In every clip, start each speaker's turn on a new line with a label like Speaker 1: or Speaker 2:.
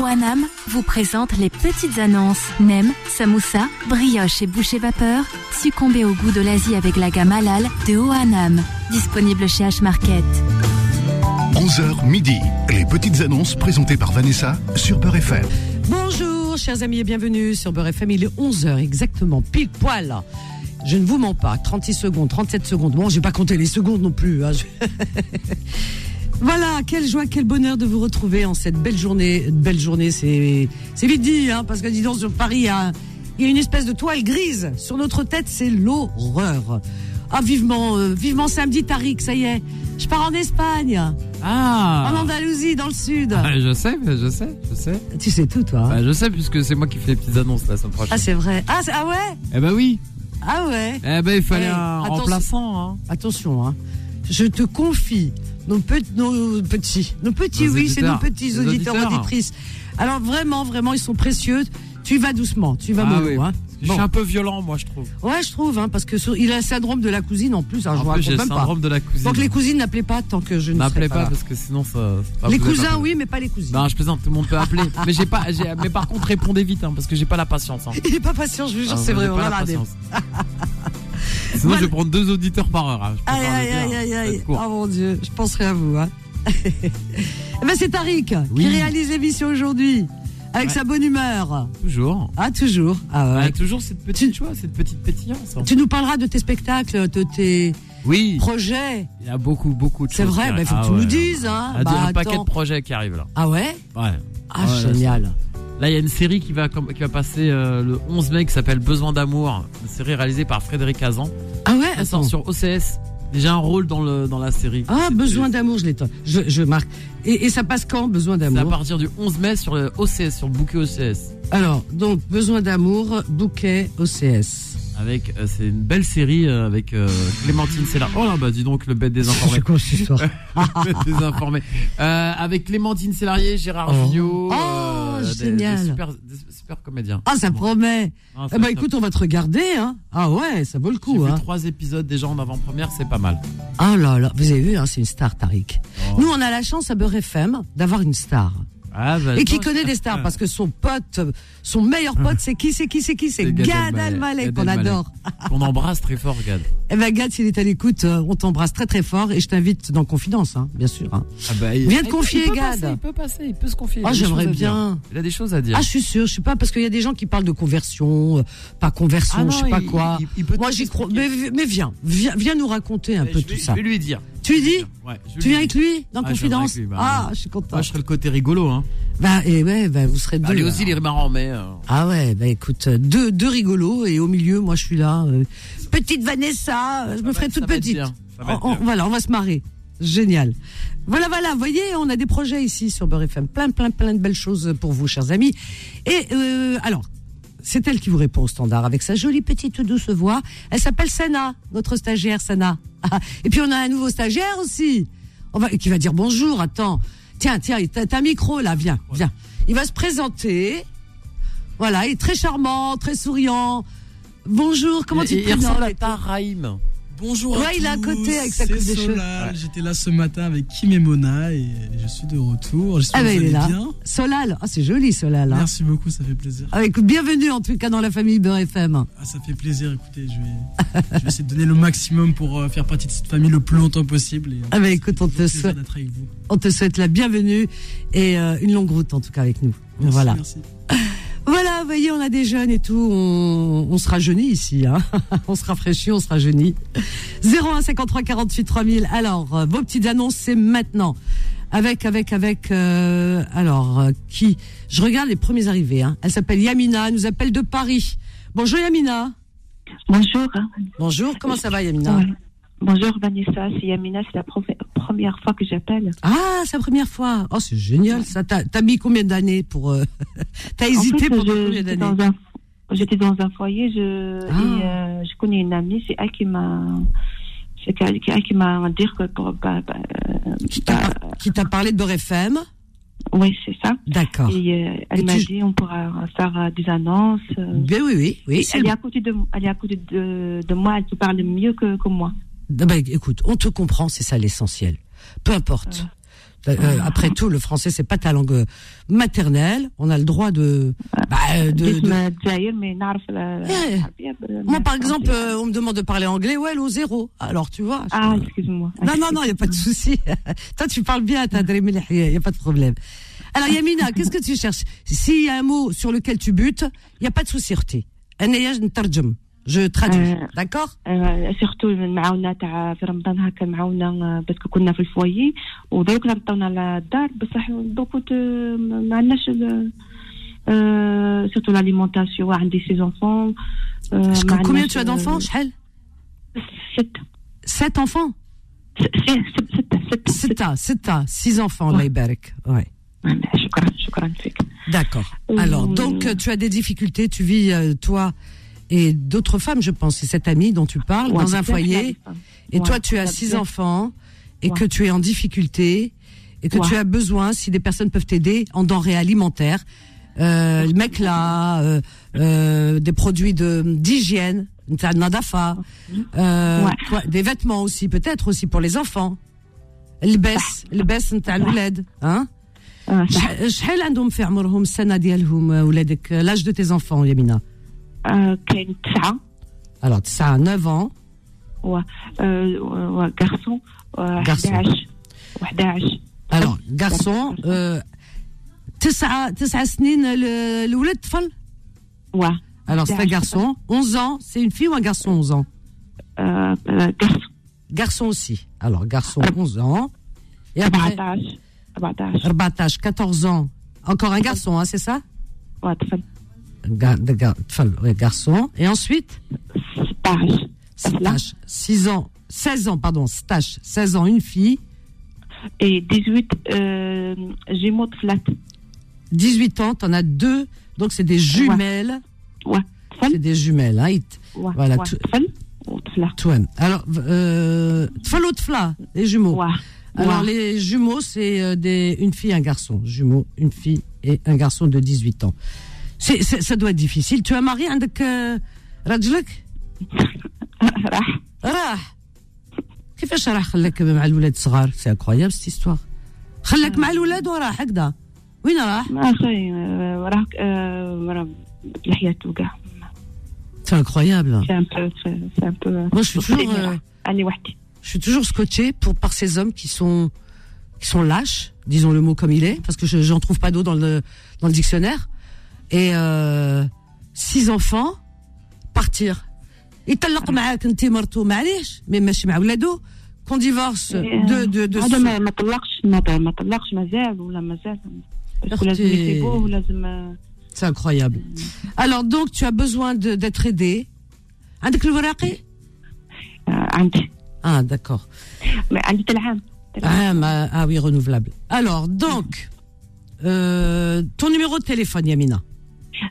Speaker 1: OANAM vous présente les petites annonces. Nem, samoussa, brioche et boucher vapeur. Succombez au goût de l'Asie avec la gamme halal de OANAM. Disponible chez H-Market.
Speaker 2: 11h midi, les petites annonces présentées par Vanessa sur Beurre FM.
Speaker 3: Bonjour, chers amis, et bienvenue sur Beurre FM. Il est 11h exactement, pile poil. Je ne vous mens pas, 36 secondes, 37 secondes. Bon, j'ai pas compté les secondes non plus. hein. Je- voilà, quelle joie, quel bonheur de vous retrouver en cette belle journée. Une Belle journée, c'est c'est vite dit, hein, parce que dis donc, sur Paris, il y a- il y a une espèce de toile grise. Sur notre tête, c'est l'horreur. Ah, vivement, euh, vivement samedi, Tariq, ça y est. Je pars en Espagne,
Speaker 4: Ah
Speaker 3: en Andalousie, dans le sud.
Speaker 4: Ah, Je sais, je sais, je sais.
Speaker 3: Tu sais tout, toi. hein
Speaker 4: Ah, je sais puisque c'est moi qui fais les petites annonces la semaine
Speaker 3: ah,
Speaker 4: prochaine.
Speaker 3: c'est vrai. Ah, c'est- ah ouais
Speaker 4: eh ben oui.
Speaker 3: Ah ouais
Speaker 4: Eh ben il fallait
Speaker 3: Eh,
Speaker 4: un
Speaker 3: attention.
Speaker 4: remplaçant. Hein.
Speaker 3: Attention, hein. je te confie nos, pe- nos petits, nos petits,
Speaker 4: Nos
Speaker 3: oui, c'est nos
Speaker 4: auditeurs.
Speaker 3: petits
Speaker 4: Nos
Speaker 3: auditeurs,
Speaker 4: auditeurs.
Speaker 3: auditrices. Alors vraiment, vraiment, ils sont précieux. Tu y vas doucement, tu y vas
Speaker 4: Ah
Speaker 3: mollo,
Speaker 4: oui.
Speaker 3: hein.
Speaker 4: Je
Speaker 3: Bon.
Speaker 4: suis un peu violent moi je trouve.
Speaker 3: Ouais, je trouve, hein, parce que sur- il a le syndrome de la cousine en plus. hein, je vous
Speaker 4: en plus
Speaker 3: raconte
Speaker 4: j'ai le
Speaker 3: même pas.
Speaker 4: syndrome de la cousine.
Speaker 3: Donc les cousines n'appelaient pas tant que je ne serais
Speaker 4: N'appelez
Speaker 3: pas.
Speaker 4: pas
Speaker 3: là.
Speaker 4: parce que sinon ça. c'est pas
Speaker 3: les
Speaker 4: vous allez
Speaker 3: cousins,
Speaker 4: m'appeler.
Speaker 3: oui, mais pas les cousines.
Speaker 4: Non je plaisante, tout le monde peut appeler. mais j'ai pas, j'ai- mais par contre répondez vite hein, parce que j'ai pas la patience. Hein.
Speaker 3: Il est pas patient, je vous jure,
Speaker 4: Ah,
Speaker 3: c'est
Speaker 4: j'ai
Speaker 3: vrai.
Speaker 4: pas
Speaker 3: on
Speaker 4: la
Speaker 3: en a des-
Speaker 4: patience. sinon
Speaker 3: Voilà.
Speaker 4: je vais prendre deux auditeurs par heure. hein, je
Speaker 3: Aïe,
Speaker 4: préfère le
Speaker 3: aïe,
Speaker 4: dire,
Speaker 3: aïe, aïe,
Speaker 4: ça va
Speaker 3: aïe.
Speaker 4: être court.
Speaker 3: Oh mon Dieu, je penserai à vous. Hein. Eh ben, c'est Tariq qui
Speaker 4: Oui.
Speaker 3: réalise l'émission aujourd'hui avec
Speaker 4: Ouais.
Speaker 3: sa bonne humeur.
Speaker 4: Toujours.
Speaker 3: Ah, toujours. Ah, ouais.
Speaker 4: Ouais, toujours cette petite, tu vois, cette petite pétillance. hein.
Speaker 3: Tu nous parleras de tes spectacles, de tes
Speaker 4: Oui.
Speaker 3: projets.
Speaker 4: Il y a beaucoup, beaucoup de
Speaker 3: C'est
Speaker 4: choses. qui
Speaker 3: vrai, il
Speaker 4: arrivent.
Speaker 3: faut que
Speaker 4: Ah
Speaker 3: tu nous
Speaker 4: ouais.
Speaker 3: dises. Hein.
Speaker 4: Ah,
Speaker 3: Bah,
Speaker 4: un paquet de
Speaker 3: attends.
Speaker 4: projets qui arrivent là.
Speaker 3: Ah ouais
Speaker 4: Ouais.
Speaker 3: Ah,
Speaker 4: Ouais,
Speaker 3: génial.
Speaker 4: Là, il y a une série qui va, com- qui va passer euh, le 11 mai qui s'appelle Besoin d'amour. Une série réalisée par Frédéric Hazan.
Speaker 3: Ah ouais
Speaker 4: Elle sort
Speaker 3: attends.
Speaker 4: sur OCS. J'ai un rôle dans, le, dans la série.
Speaker 3: Ah,
Speaker 4: C'est-
Speaker 3: besoin d'amour, je l'étonne. Je, je marque. Et, et ça passe quand, besoin
Speaker 4: C'est à
Speaker 3: d'amour
Speaker 4: partir du 11 mai sur le OCS, sur le bouquet OCS.
Speaker 3: Alors, donc, besoin d'amour, bouquet, OCS.
Speaker 4: Avec, euh, c'est une belle série euh, avec euh, Clémentine Sella. Oh là, bah dis donc, le bête des informés.
Speaker 3: quoi cette histoire
Speaker 4: Le bête des informés. Euh, avec Clémentine Célarier, Gérard
Speaker 3: Oh.
Speaker 4: Vignot.
Speaker 3: Oh,
Speaker 4: des-
Speaker 3: génial.
Speaker 4: Des, super, des super comédiens.
Speaker 3: Ah, ça
Speaker 4: Bon.
Speaker 3: promet
Speaker 4: Ah, ça-
Speaker 3: Eh ben
Speaker 4: ça-
Speaker 3: écoute, on va te regarder, hein. Ah ouais, ça vaut le
Speaker 4: J'ai
Speaker 3: coup,
Speaker 4: vu
Speaker 3: hein.
Speaker 4: trois épisodes déjà en avant-première, c'est pas mal.
Speaker 3: Ah là là, vous avez vu, hein, c'est une star, Tariq.
Speaker 4: Oh.
Speaker 3: Nous, on a la chance à Beurre FM d'avoir une star.
Speaker 4: Ah, bah,
Speaker 3: Et qui
Speaker 4: attends,
Speaker 3: connaît des stars, parce que son pote, son meilleur pote, c'est qui, c'est qui, c'est qui C'est
Speaker 4: C'est Gad
Speaker 3: Gad
Speaker 4: Elmaleh.
Speaker 3: Elmaleh,
Speaker 4: Gad
Speaker 3: qu'on
Speaker 4: Elmaleh.
Speaker 3: adore.
Speaker 4: qu'on embrasse très fort, regarde.
Speaker 3: Eh ben Gad, s'il est à l'écoute, euh, on t'embrasse très très fort et je t'invite dans Confidence, hein, bien sûr. hein.
Speaker 4: Ah bah, il...
Speaker 3: Viens te confier,
Speaker 4: il peut
Speaker 3: Gad.
Speaker 4: passer, il peut passer, il peut se confier. il
Speaker 3: Oh,
Speaker 4: a des
Speaker 3: j'aimerais
Speaker 4: choses à dire.
Speaker 3: bien.
Speaker 4: Il a des choses à dire.
Speaker 3: Ah, je suis sûr, je sais pas, parce qu'il y a des gens qui parlent de conversion, euh, pas conversion,
Speaker 4: Ah non,
Speaker 3: je sais pas
Speaker 4: il-
Speaker 3: quoi.
Speaker 4: il- il peut
Speaker 3: Moi,
Speaker 4: tout
Speaker 3: j'y crois. Mais,
Speaker 4: expliquer.
Speaker 3: mais viens, viens, viens nous raconter un
Speaker 4: Mais Bah,
Speaker 3: peu
Speaker 4: je
Speaker 3: tout
Speaker 4: vais-
Speaker 3: ça.
Speaker 4: Je vais lui dire.
Speaker 3: Tu lui dis
Speaker 4: Ouais, je vais
Speaker 3: Tu
Speaker 4: lui
Speaker 3: viens avec
Speaker 4: dire.
Speaker 3: lui dans
Speaker 4: Ah, je viendrai
Speaker 3: Confidence
Speaker 4: avec lui, bah,
Speaker 3: Ah,
Speaker 4: ouais.
Speaker 3: je suis content.
Speaker 4: Moi, je serai le côté rigolo, hein.
Speaker 3: Bah, et ouais, bah, vous serez deux.
Speaker 4: Allez
Speaker 3: là.
Speaker 4: aussi, il est marrant, mais. euh,
Speaker 3: Ah ouais, bah écoute, euh, deux, deux rigolos et au milieu, moi je suis là. euh, petite Vanessa, euh, je me
Speaker 4: va
Speaker 3: ferai
Speaker 4: être-
Speaker 3: toute
Speaker 4: ça va être
Speaker 3: petite.
Speaker 4: bien, ça va être
Speaker 3: On- on-
Speaker 4: bien.
Speaker 3: voilà, on va se marrer. Génial. Voilà, voilà, vous voyez, on a des projets ici sur Beurre FM. Plein, plein, plein de belles choses pour vous, chers amis. Et euh, alors, c'est elle qui vous répond au standard avec sa jolie petite douce voix. Elle s'appelle Sana, notre stagiaire Sana. Ah, Et puis on a un nouveau stagiaire aussi. On va, qui va dire bonjour, attends. Tiens, tiens, t'as t'as un micro là, viens, viens. Il va se présenter. Voilà, il est très charmant, très souriant. Bonjour, comment
Speaker 4: il,
Speaker 3: tu te
Speaker 4: Il ressemble
Speaker 3: prénomes
Speaker 4: à Taraïm.
Speaker 5: Bonjour à
Speaker 3: Ouais, il est à
Speaker 5: tous,
Speaker 3: côté avec sa
Speaker 5: c'est
Speaker 3: coupe de cheveux.
Speaker 5: Solal. J'étais là ce matin avec Kim et Mona et je suis de retour. J'espère
Speaker 3: Ah
Speaker 5: que
Speaker 3: ben
Speaker 5: vous
Speaker 3: il est
Speaker 5: allez
Speaker 3: là.
Speaker 5: bien.
Speaker 3: Solal, ah c'est joli Solal. hein.
Speaker 5: Merci beaucoup, ça fait plaisir.
Speaker 3: Ah, écoute, bienvenue en tout cas dans la famille Beurre FM.
Speaker 5: Ah, ça fait plaisir, écoutez, je vais, je vais essayer de donner le maximum pour euh, faire partie de cette famille le plus longtemps possible. Et,
Speaker 3: Ah ben écoute,
Speaker 5: ça
Speaker 3: on
Speaker 5: fait
Speaker 3: te,
Speaker 5: plaisir
Speaker 3: souhaite,
Speaker 5: d'être avec vous.
Speaker 3: on te souhaite la bienvenue et euh, une longue route en tout cas avec nous.
Speaker 5: Merci,
Speaker 3: voilà.
Speaker 5: merci.
Speaker 3: Voilà, vous voyez, on a des jeunes et tout, on, on se rajeunit ici, hein. on se rafraîchit, on se rajeunit. 01 53 48 3000, alors, euh, vos petites annonces, c'est maintenant. Avec, avec, avec, euh, alors, euh, qui Je regarde les premiers arrivés, hein. elle s'appelle Yamina, elle nous appelle de Paris. Bonjour Yamina.
Speaker 6: Bonjour. hein.
Speaker 3: Bonjour, comment ça va Yamina
Speaker 6: Ouais. Bonjour Vanessa, c'est Yamina, c'est la prof- première fois que j'appelle.
Speaker 3: Ah, c'est la première fois. Oh, c'est génial ça. T'as t'as mis combien d'années pour. euh, T'as
Speaker 6: En
Speaker 3: hésité
Speaker 6: fait,
Speaker 3: pendant
Speaker 6: je-
Speaker 3: combien
Speaker 6: j'étais
Speaker 3: d'années
Speaker 6: dans un J'étais dans un foyer, je,
Speaker 3: Ah.
Speaker 6: et, euh, je connais une amie, c'est elle qui m'a, c'est elle qui- elle qui m'a dit que pour, bah, bah, euh,
Speaker 3: Qui t'a
Speaker 6: bah,
Speaker 3: par- Qui t'a parlé de Beurre FM
Speaker 6: oui, c'est ça.
Speaker 3: D'accord.
Speaker 6: Et euh, elle
Speaker 3: Et
Speaker 6: m'a
Speaker 3: tu-
Speaker 6: dit, on pourra faire euh, des annonces. euh.
Speaker 3: Ben oui, oui, oui. c'est
Speaker 6: elle
Speaker 3: le-
Speaker 6: est à côté de, elle est à côté de, de moi, elle peut parler mieux que, que moi.
Speaker 3: Eh ben, Ah ben, écoute, on te comprend, c'est ça l'essentiel. Peu importe. Euh, après tout, le français, c'est pas ta langue euh, maternelle. On a le droit de. bah, euh, de, de-
Speaker 6: جسم الجزائر ما نعرف ال-
Speaker 3: Eh.
Speaker 6: العربية بال-
Speaker 3: Moi, par exemple, euh, on me demande de parler anglais, ouais, au zéro. Alors, tu vois. je-
Speaker 6: Ah, excuse-moi.
Speaker 3: Non, non, non, il n'y a pas de souci. Toi, tu parles bien, t'as il n'y a pas de problème. Alors, Yamina, qu'est-ce que tu cherches S'il y a un mot sur lequel tu butes, il n'y a pas de souci, Rti. Je traduis,
Speaker 6: Euh.
Speaker 3: d'accord
Speaker 6: آه، سيرتو المعاونه تاع في رمضان هكا معاونه باسكو كنا في الفوايي ودروك ربطونا على الدار بصح دوك وت- ما عندناش ال- آه، سيرتو لاليمونتاسيون عندي آه، سي زونفون
Speaker 3: Parce que Combien tu as d'enfants,
Speaker 6: آه،
Speaker 3: Chahel
Speaker 6: ستة
Speaker 3: euh, Sept enfants
Speaker 6: س- س- ستة ستة
Speaker 3: Sept, ah, sept, ah, six enfants, Allah يبارك. Ouais. ben,
Speaker 6: شكرا شكرا فيك
Speaker 3: D'accord.
Speaker 6: Euh,
Speaker 3: Alors, donc, euh, tu as des difficultés, tu vis, euh, toi et d'autres femmes, je pense, et cette amie dont tu parles, dans un foyer. Et toi, tu as six enfants et
Speaker 6: Ouais.
Speaker 3: que tu es en difficulté et que
Speaker 6: Ouais.
Speaker 3: tu as besoin, si des personnes peuvent t'aider, en denrées alimentaires. Euh, le mec là, euh, euh, des produits de d'hygiène, t'as le nadafa, euh,
Speaker 6: Ouais.
Speaker 3: quoi, des vêtements aussi, peut-être aussi pour les enfants. Le baisse, le baisse, t'as l'ouled, hein شح- شحال عندهم في عمرهم السنة ديالهم آه، ولادك آه، l'âge de tes enfants يمينة
Speaker 6: كاين تسعة
Speaker 3: alors تسعة 9 ans
Speaker 6: و-
Speaker 3: euh,
Speaker 6: آه، و- وغارسون آه،
Speaker 3: غارسون.
Speaker 6: 11 11
Speaker 3: alors garçon euh, تسعة تسعة سنين ال- الولد طفل
Speaker 6: و
Speaker 3: alors c'est un garçon 11 ans c'est une fille ou un garçon 11 ans
Speaker 6: آه، آه، غارسون
Speaker 3: Euh, garçon Ah. aussi alors garçon 11 ans et après
Speaker 6: 14 14
Speaker 3: 14 14 ans encore un garçon hein, c'est ça
Speaker 6: وطفل
Speaker 3: Ga- de ga- طفل, ouais, garçon et ensuite
Speaker 6: 16 طفلة
Speaker 3: stache 6 ans 16 ans pardon stache 16 ans une fille
Speaker 6: اي 18 آه، جيمو طفلات
Speaker 3: 18 ans, t'en as deux, donc c'est des jumelles.
Speaker 6: Ouais.
Speaker 3: C'est des jumelles, hein. it-
Speaker 6: و-
Speaker 3: Voilà, tu-
Speaker 6: وطفل وطفلة
Speaker 3: Toine. Alors, euh, Tfalo Tfla, les jumeaux.
Speaker 6: و
Speaker 3: Alors,
Speaker 6: و-
Speaker 3: les jumeaux, c'est euh, des, une fille, un garçon. Jumeaux, une fille et un garçon de 18 ans. C'est, c'est- ça doit être difficile. Tu as marié euh, un de que. Rajlek
Speaker 6: راح
Speaker 3: راح كيفاش راح خلاك مع الولاد صغار سي انكرويابل سيت استوار خلاك مع الولاد وراح هكذا وين راح
Speaker 6: ما اخي آه، راك آه، راه لحياته وكاع
Speaker 3: سي انكرويابل
Speaker 6: سي ان بو سي ان بو
Speaker 3: Moi, je suis toujours, euh,
Speaker 6: اني وحدي
Speaker 3: je suis toujours scotché pour par ces hommes qui sont qui sont lâches, disons le mot comme il est, parce que je j'en trouve pas d'autres dans le dans le dictionnaire. Et euh, six enfants partir. يطلق معاك انت مرته معليش مي ماشي مع ولادو كون ديفورس
Speaker 7: euh,
Speaker 3: دو دو
Speaker 7: ah,
Speaker 3: دو
Speaker 6: euh, هذا ما ما طلقش ما ط- ما طلقش مازال ولا مازال باسكو
Speaker 3: أختي.
Speaker 6: لازم يسيبوه ولازم آه،
Speaker 3: C'est incroyable. Alors donc tu as besoin de- d'être aidé. عندك الوراقي؟
Speaker 6: عندي
Speaker 3: Ah d'accord.
Speaker 6: ما عندي العام
Speaker 3: Ah, ma- ah oui, renouvelable. Alors, donc, euh, ton numéro de téléphone, Yamina.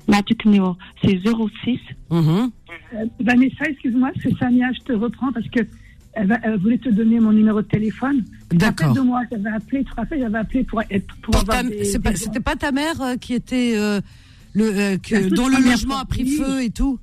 Speaker 6: نعطيك النيمو سي 06
Speaker 3: Mhm.
Speaker 8: Euh, Vanessa, excuse-moi, c'est Samia, je te reprends parce que elle, va- elle voulait te donner mon numéro de téléphone. Tu te
Speaker 3: D'accord.
Speaker 8: rappelles de moi, j'avais appelé, tu te rappelles, j'avais appelé pour être pour,
Speaker 3: Pour
Speaker 8: avoir
Speaker 3: ta-
Speaker 8: des-
Speaker 3: c'est pas-
Speaker 8: des-
Speaker 3: C'était pas ta mère euh, qui était. euh, le, euh, que-
Speaker 8: La toute
Speaker 3: dont le
Speaker 8: première
Speaker 3: logement a pris
Speaker 8: fois.
Speaker 3: feu et tout.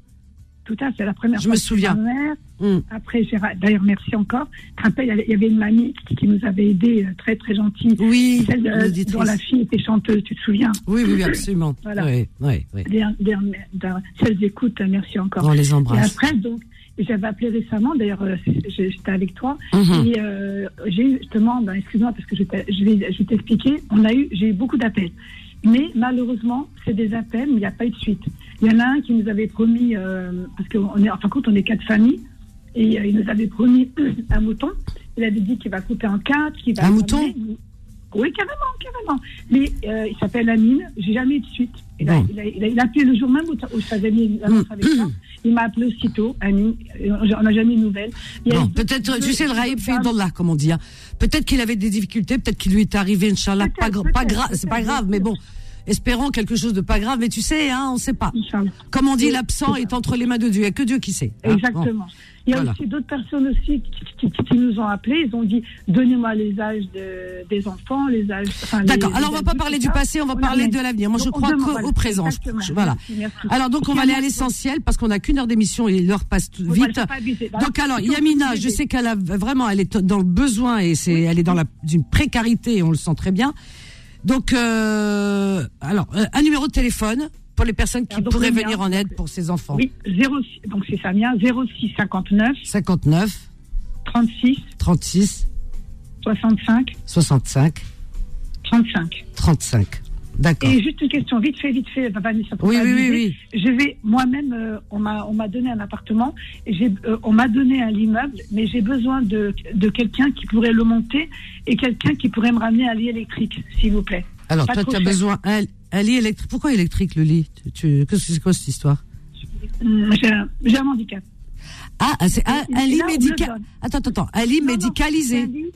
Speaker 8: Tout à fait, c'est la première
Speaker 3: Je
Speaker 8: fois
Speaker 3: me
Speaker 8: que j'ai
Speaker 3: souviens.
Speaker 8: ma mère.
Speaker 3: Mm.
Speaker 8: Après, j'ai ra- d'ailleurs, merci encore. Tu te rappelles, il y avait- il y avait une mamie qui, qui nous avait aidés, euh, très très gentille.
Speaker 3: Oui,
Speaker 8: Celle euh,
Speaker 3: l'auditrice.
Speaker 8: dont la fille était chanteuse, tu te souviens
Speaker 3: Oui, oui, oui, absolument.
Speaker 8: Voilà.
Speaker 3: Oui, oui, oui.
Speaker 8: Der- der- der- Celles écoutent, euh, merci encore.
Speaker 3: On les
Speaker 8: Et
Speaker 3: embrasse.
Speaker 8: après, donc, j'avais appelé récemment, d'ailleurs, euh, c'est- j'ai- j'étais avec toi,
Speaker 3: Mhm.
Speaker 8: Et euh, j'ai justement, ben, excuse-moi parce que je, t'ai- je vais, je vais t'expliquer, on a eu, j'ai eu beaucoup d'appels. Mais malheureusement, c'est des appels, mais il n'y a pas eu de suite. Il y en a un qui nous avait promis, euh, parce qu'on est, en fin de compte, on est quatre familles, et euh, il nous avait promis un mouton. Il avait dit qu'il va couper en quatre, qu'il va.
Speaker 3: Un
Speaker 8: ramener.
Speaker 3: mouton
Speaker 8: Oui, carrément, carrément. Mais euh, il s'appelle Amine, j'ai jamais eu de suite. Il a,
Speaker 3: Bon. Mm.
Speaker 8: il a- il a- il a appelé le jour même où, où je t'avais mis l'annonce avec toi. Il m'a appelé aussitôt, Amine, et on n'a jamais eu de nouvelles. Il y a
Speaker 3: Bon,
Speaker 8: eu-
Speaker 3: peut-être, tu
Speaker 8: deux-
Speaker 3: sais, le
Speaker 8: deux
Speaker 3: raïb Ah, fait
Speaker 8: femmes.
Speaker 3: dans l'art, comme on dit. hein. Peut-être qu'il avait des difficultés, peut-être qu'il lui est arrivé, Inch'Allah, pas,
Speaker 8: Peut-être,
Speaker 3: gra- pas
Speaker 8: peut-être,
Speaker 3: grave, c'est pas
Speaker 8: peut-être,
Speaker 3: grave, mais
Speaker 8: bien
Speaker 3: bon. espérons quelque chose de pas grave, mais tu sais, hein, on sait pas.
Speaker 8: Inch'Allah.
Speaker 3: Comme on dit,
Speaker 8: Oui,
Speaker 3: l'absent
Speaker 8: c'est
Speaker 3: est entre les mains de Dieu, il n'y a que Dieu qui sait. hein. Bon.
Speaker 8: Exactement. Il y a
Speaker 3: Voilà.
Speaker 8: aussi d'autres personnes aussi qui, qui- qui- qui nous ont appelés. Ils ont dit donnez-moi les âges de- des enfants, les âges. enfin, les-
Speaker 3: D'accord. Alors,
Speaker 8: les
Speaker 3: on va
Speaker 8: âges
Speaker 3: pas
Speaker 8: de
Speaker 3: parler
Speaker 8: tout
Speaker 3: du
Speaker 8: ça.
Speaker 3: passé, on va
Speaker 8: On
Speaker 3: parler
Speaker 8: amène.
Speaker 3: de l'avenir. Moi, je
Speaker 8: Donc, on
Speaker 3: crois
Speaker 8: demande,
Speaker 3: qu'au
Speaker 8: voilà.
Speaker 3: au présent. je-
Speaker 8: Exactement.
Speaker 3: je- voilà.
Speaker 8: Merci, merci.
Speaker 3: Alors, donc, on va aller à l'essentiel parce qu'on a qu'une heure d'émission et l'heure passe tout-
Speaker 8: Oui, voilà,
Speaker 3: vite.
Speaker 8: faut pas abuser. Voilà.
Speaker 3: Donc, alors,
Speaker 8: Surtout faut
Speaker 3: Yamina,
Speaker 8: pas
Speaker 3: je
Speaker 8: abuser.
Speaker 3: sais qu'elle a vraiment, elle est dans le besoin et c'est, elle est dans la, une précarité, et on le sent très bien. Donc, euh, alors, euh, un numéro de téléphone pour les personnes qui
Speaker 8: Alors, Ah, donc,
Speaker 3: pourraient
Speaker 8: le mien,
Speaker 3: venir en aide pour ces enfants.
Speaker 8: Oui, 06 donc c'est Samia, 06 59
Speaker 3: 59
Speaker 8: 36
Speaker 3: 36
Speaker 8: 65
Speaker 3: 65
Speaker 8: 35.
Speaker 3: 35. D'accord.
Speaker 8: Et juste une question, vite fait, vite fait, Vanessa. pour
Speaker 3: Oui,
Speaker 8: pas
Speaker 3: oui, oui,
Speaker 8: abuser.
Speaker 3: oui.
Speaker 8: Je vais moi-même, euh, on m'a on m'a donné un appartement, et j'ai euh, on m'a donné un immeuble, mais j'ai besoin de, de quelqu'un qui pourrait le monter et quelqu'un qui pourrait me ramener un lit électrique, s'il vous plaît.
Speaker 3: Alors,
Speaker 8: Pas
Speaker 3: toi,
Speaker 8: trop
Speaker 3: tu as
Speaker 8: cher.
Speaker 3: besoin un, un lit électrique. Pourquoi électrique le lit Tu- tu- Qu'est-ce que c'est quoi cette histoire
Speaker 8: Hum, J'ai un, j'ai un handicap.
Speaker 3: Ah, ah, c'est un,
Speaker 8: Et- et
Speaker 3: un
Speaker 8: là,
Speaker 3: lit
Speaker 8: on me le
Speaker 3: médical.
Speaker 8: donne.
Speaker 3: Attends, attends, attends. Un lit
Speaker 8: Non, non,
Speaker 3: médicalisé.
Speaker 8: c'est un lit-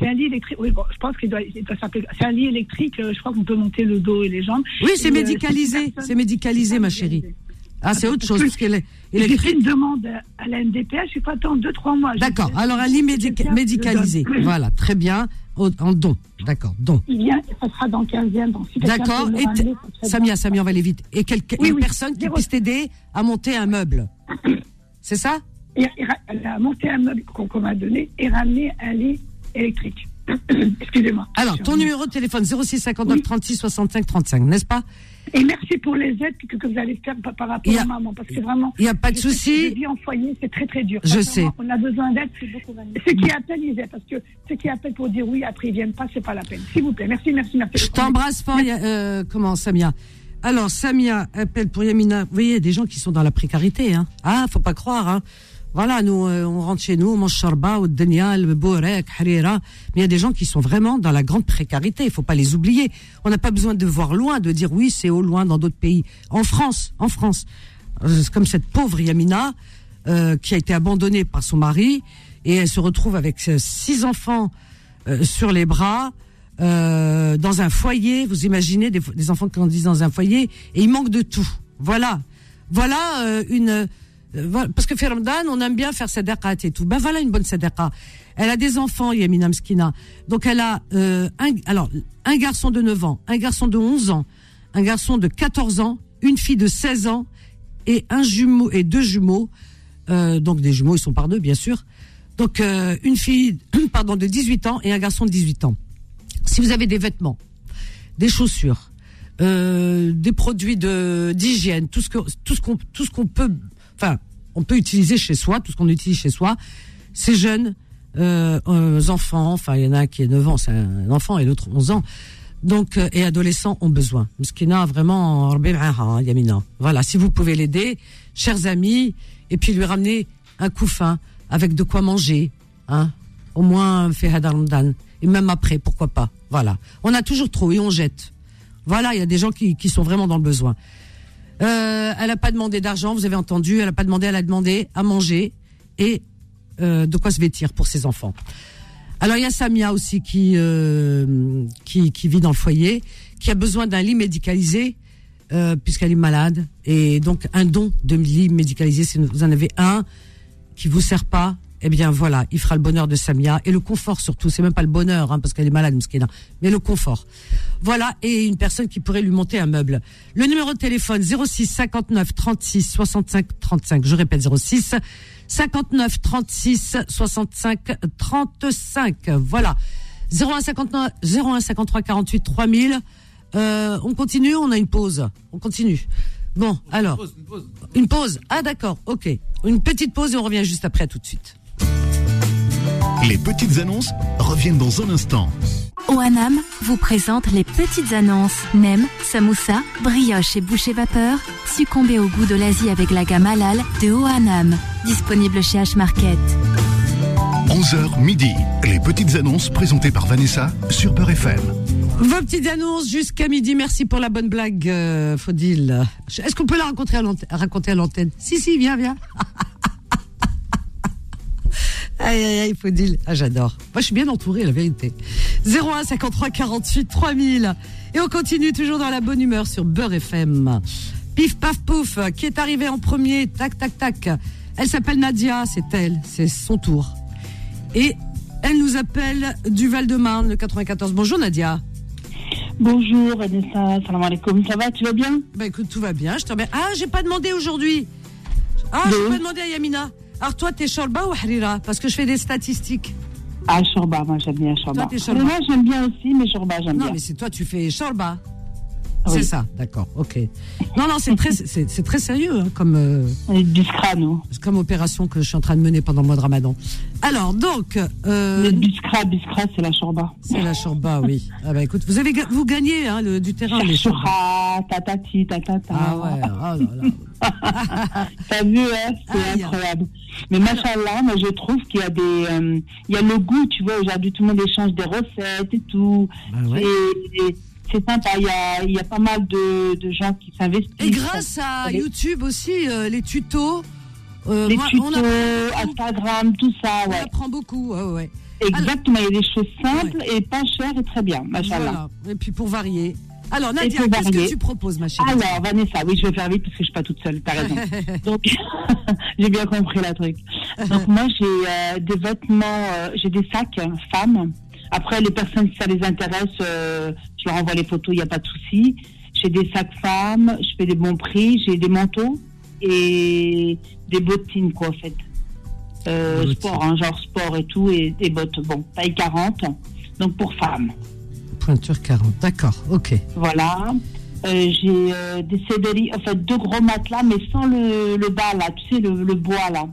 Speaker 8: C'est un lit électrique. Oui, bon, je pense qu'il doit, il doit s'appeler. C'est un lit électrique. euh, Je crois qu'on peut monter le dos et les jambes.
Speaker 3: oui,
Speaker 8: Et, euh,
Speaker 3: c'est
Speaker 8: une
Speaker 3: médicalisé.
Speaker 8: personne-
Speaker 3: C'est médicalisé, ma
Speaker 8: médicalisé.
Speaker 3: chérie. Ah, c'est
Speaker 8: Attends,
Speaker 3: autre chose.
Speaker 8: parce
Speaker 3: Parce qu'elle est
Speaker 8: J'ai fait
Speaker 3: électrique.
Speaker 8: une demande à la NDPH. Je suis pas attendre deux trois mois. J'ai-
Speaker 3: D'accord. Alors, un lit médica-
Speaker 8: Quelqu'un
Speaker 3: médicalisé.
Speaker 8: le donne.
Speaker 3: Voilà, très bien. Au- En don. D'accord, don.
Speaker 8: Il vient. Ça sera dans 15e. donc si quelqu'un
Speaker 3: D'accord.
Speaker 8: peut me
Speaker 3: Et t-
Speaker 8: ramener, ça serait
Speaker 3: Samia,
Speaker 8: bien.
Speaker 3: Samia, on va aller vite. Et quelqu'un-
Speaker 8: Oui,
Speaker 3: une
Speaker 8: oui.
Speaker 3: personne qui
Speaker 8: Zéro-
Speaker 3: puisse t'aider à monter un meuble. C'est ça
Speaker 8: Et- et ra- Elle a monté un meuble qu'on qu'on m'a donné et ramené un lit électrique. Excusez-moi.
Speaker 3: Alors, ton numéro de téléphone 06 59
Speaker 8: Oui.
Speaker 3: 36 65 35, n'est-ce pas
Speaker 8: Et merci pour les aides que, que vous allez faire par, par rapport
Speaker 3: Il y a-
Speaker 8: aux mamans, parce que vraiment.
Speaker 3: Il n'y a pas de
Speaker 8: je sais que
Speaker 3: souci.
Speaker 8: Je vis en foyer, c'est très très dur.
Speaker 3: Je
Speaker 8: Sincèrement,
Speaker 3: sais.
Speaker 8: On a besoin d'aide. Ceux qui appellent, ils aident, parce que ceux qui appellent pour dire oui, après ils viennent pas, c'est pas la peine. S'il vous plaît, merci, merci, merci.
Speaker 3: Je t'embrasse fort, Ya- euh, comment, Samia Alors, Samia appelle pour Yamina. Vous voyez, il y a des gens qui sont dans la précarité. Hein. Ah, faut pas croire. Hein. Voilà, nous, euh, on rentre chez nous, on mange charba, ou denia, le borek, harira. Mais il y a des gens qui sont vraiment dans la grande précarité. Il faut pas les oublier. On n'a pas besoin de voir loin, de dire oui, c'est au loin dans d'autres pays. En France, en France. Euh, c'est comme cette pauvre Yamina euh, qui a été abandonnée par son mari et elle se retrouve avec euh, six enfants euh, sur les bras euh, dans un foyer. Vous imaginez des, des enfants qui grandissent dans un foyer et il manque de tout. Voilà, voilà euh, une euh, voilà. parce que Fermdan, on aime bien faire sadaqa et tout. Ben voilà une bonne sadaqa. Elle a des enfants, Yamina Mskina. Donc elle a euh, un, alors un garçon de 9 ans, un garçon de 11 ans, un garçon de 14 ans, une fille de 16 ans et un jumeau et deux jumeaux. Euh, donc des jumeaux, ils sont par deux, bien sûr. Donc euh, une fille, pardon, de 18 ans et un garçon de 18 ans. Si vous avez des vêtements, des chaussures, euh, des produits de d'hygiène, tout ce que tout ce qu'on tout ce qu'on peut, enfin, on peut utiliser chez soi, tout ce qu'on utilise chez soi, ces jeunes euh, euh, enfants, enfin, il y en a un qui est 9 ans, c'est un enfant, et l'autre 11 ans. Donc, euh, et adolescents ont besoin. Mskina, vraiment, Rabbi Ma'aha, hein, Yamina. Voilà, si vous pouvez l'aider, chers amis, et puis lui ramener un couffin avec de quoi manger, hein. Au moins, fait Hadar Ramadan. Et même après, pourquoi pas. Voilà. On a toujours trop et on jette. Voilà, il y a des gens qui, qui sont vraiment dans le besoin. Euh, elle n'a pas demandé d'argent, vous avez entendu. Elle n'a pas demandé, elle a demandé à manger et euh, de quoi se vêtir pour ses enfants. Alors il y a Samia aussi qui, euh, qui qui vit dans le foyer, qui a besoin d'un lit médicalisé euh, puisqu'elle est malade et donc un don de lit médicalisé. Si vous en avez un qui vous sert pas, eh bien voilà, il fera le bonheur de Samia et le confort surtout. C'est même pas le bonheur hein, parce qu'elle est malade, Mskina, mais le confort. Voilà et une personne qui pourrait lui monter un meuble. Le numéro de téléphone 06 59 36 65 35. Je répète 06 59 36 65 35. Voilà. 01 59 01 53 48 3000. Euh, on continue, on a une pause. On continue. Bon, alors. Une pause Ah d'accord, ok. Une petite pause et on revient juste après, à tout de suite.
Speaker 2: Les petites annonces reviennent dans un instant.
Speaker 1: OANAM vous présente les petites annonces. Nem, samoussa, brioche et boucher vapeur. Succombez au goût de l'Asie avec la gamme halal de OANAM. Disponible chez H-Market.
Speaker 2: 11h midi, les petites annonces présentées par Vanessa sur Peur FM.
Speaker 3: Vos petites annonces jusqu'à midi. Merci pour la bonne blague, euh, Faudil. Est-ce qu'on peut la raconter à l'antenne, raconter à l'antenne Si, si, viens, viens. Aïe, aïe, aïe, Faudil. Ah, j'adore. Moi, je suis bien entourée, la vérité. 01 53 48 3000. Et on continue toujours dans la bonne humeur sur Beurre FM. Pif paf pouf, qui est arrivée en premier Tac tac tac. Elle s'appelle Nadia, c'est elle, c'est son tour. Et elle nous appelle du Val-de-Marne, le 94. Bonjour Nadia.
Speaker 7: Bonjour Vanessa, salam alaikum, ça va, tu vas bien
Speaker 3: Bah écoute, tout va bien, je te remercie. Ah, j'ai pas demandé aujourd'hui. Ah, j'ai pas demandé à Yamina. Alors toi, t'es Shorba ou Harira Parce que je fais des statistiques.
Speaker 7: Ah, Shorba, moi j'aime bien Shorba.
Speaker 3: Toi, t'es Shorba.
Speaker 7: Moi j'aime bien aussi, mais Shorba j'aime
Speaker 3: Non,
Speaker 7: bien.
Speaker 3: mais c'est toi, tu fais Shorba.
Speaker 7: Oui.
Speaker 3: C'est ça, d'accord, ok. Non, non, c'est très, c'est c'est très sérieux hein, comme, euh,
Speaker 7: Et Du scrano.
Speaker 3: comme opération que je suis en train de mener pendant le mois de Ramadan. Alors, donc, euh,
Speaker 7: Le biscra, biscra, c'est la Shorba.
Speaker 3: c'est la Shorba, oui. Ah bah écoute, vous avez ga- vous gagnez hein, le, du terrain, les Shorba.
Speaker 7: Shorba, tatati, tatata.
Speaker 3: Ah ouais, oh là là.
Speaker 7: T'as vu, hein, c'est
Speaker 3: Aïe.
Speaker 7: incroyable. Mais machallah, moi je trouve qu'il y a des, euh, il y a le goût, tu vois. Aujourd'hui, tout le monde échange des recettes et tout.
Speaker 9: Bah ouais.
Speaker 7: Et- et c'est sympa. Il y a, il y a pas mal de, de gens qui s'investissent.
Speaker 3: Et grâce à
Speaker 7: Les-
Speaker 3: YouTube aussi, euh, les tutos, euh,
Speaker 7: les
Speaker 3: moi,
Speaker 7: tutos,
Speaker 3: on, apprend,
Speaker 7: Instagram, tout ça,
Speaker 3: on
Speaker 7: ouais.
Speaker 3: apprend beaucoup. ouais, ouais.
Speaker 7: Exactement, il y a des choses simples et pas chères et très bien, machallah.
Speaker 3: Voilà. Et puis pour varier. Alors Nadia,
Speaker 7: pour
Speaker 3: qu'est-ce que
Speaker 7: varier.
Speaker 3: tu proposes, ma chérie
Speaker 7: Alors, Vanessa, oui, je vais faire vite parce que je suis pas toute seule, t'as raison. Donc, j'ai bien compris la truc. Donc, moi, j'ai euh, des vêtements, euh, j'ai des sacs hein, femmes. Après, les personnes, si ça les intéresse, euh, je leur envoie les photos, il n'y a pas de souci. J'ai des sacs femmes, je fais des bons prix, j'ai des manteaux et des bottines, quoi, en fait. Euh,
Speaker 9: Bottines.
Speaker 7: sport, hein, genre sport et tout, et des bottes, bon, taille 40, donc pour femmes.
Speaker 3: Pointure 40, d'accord, ok.
Speaker 7: Voilà. Euh, j'ai euh, des céderies, en fait deux gros matelas, mais sans le, le bas là, tu sais, le, le bois là.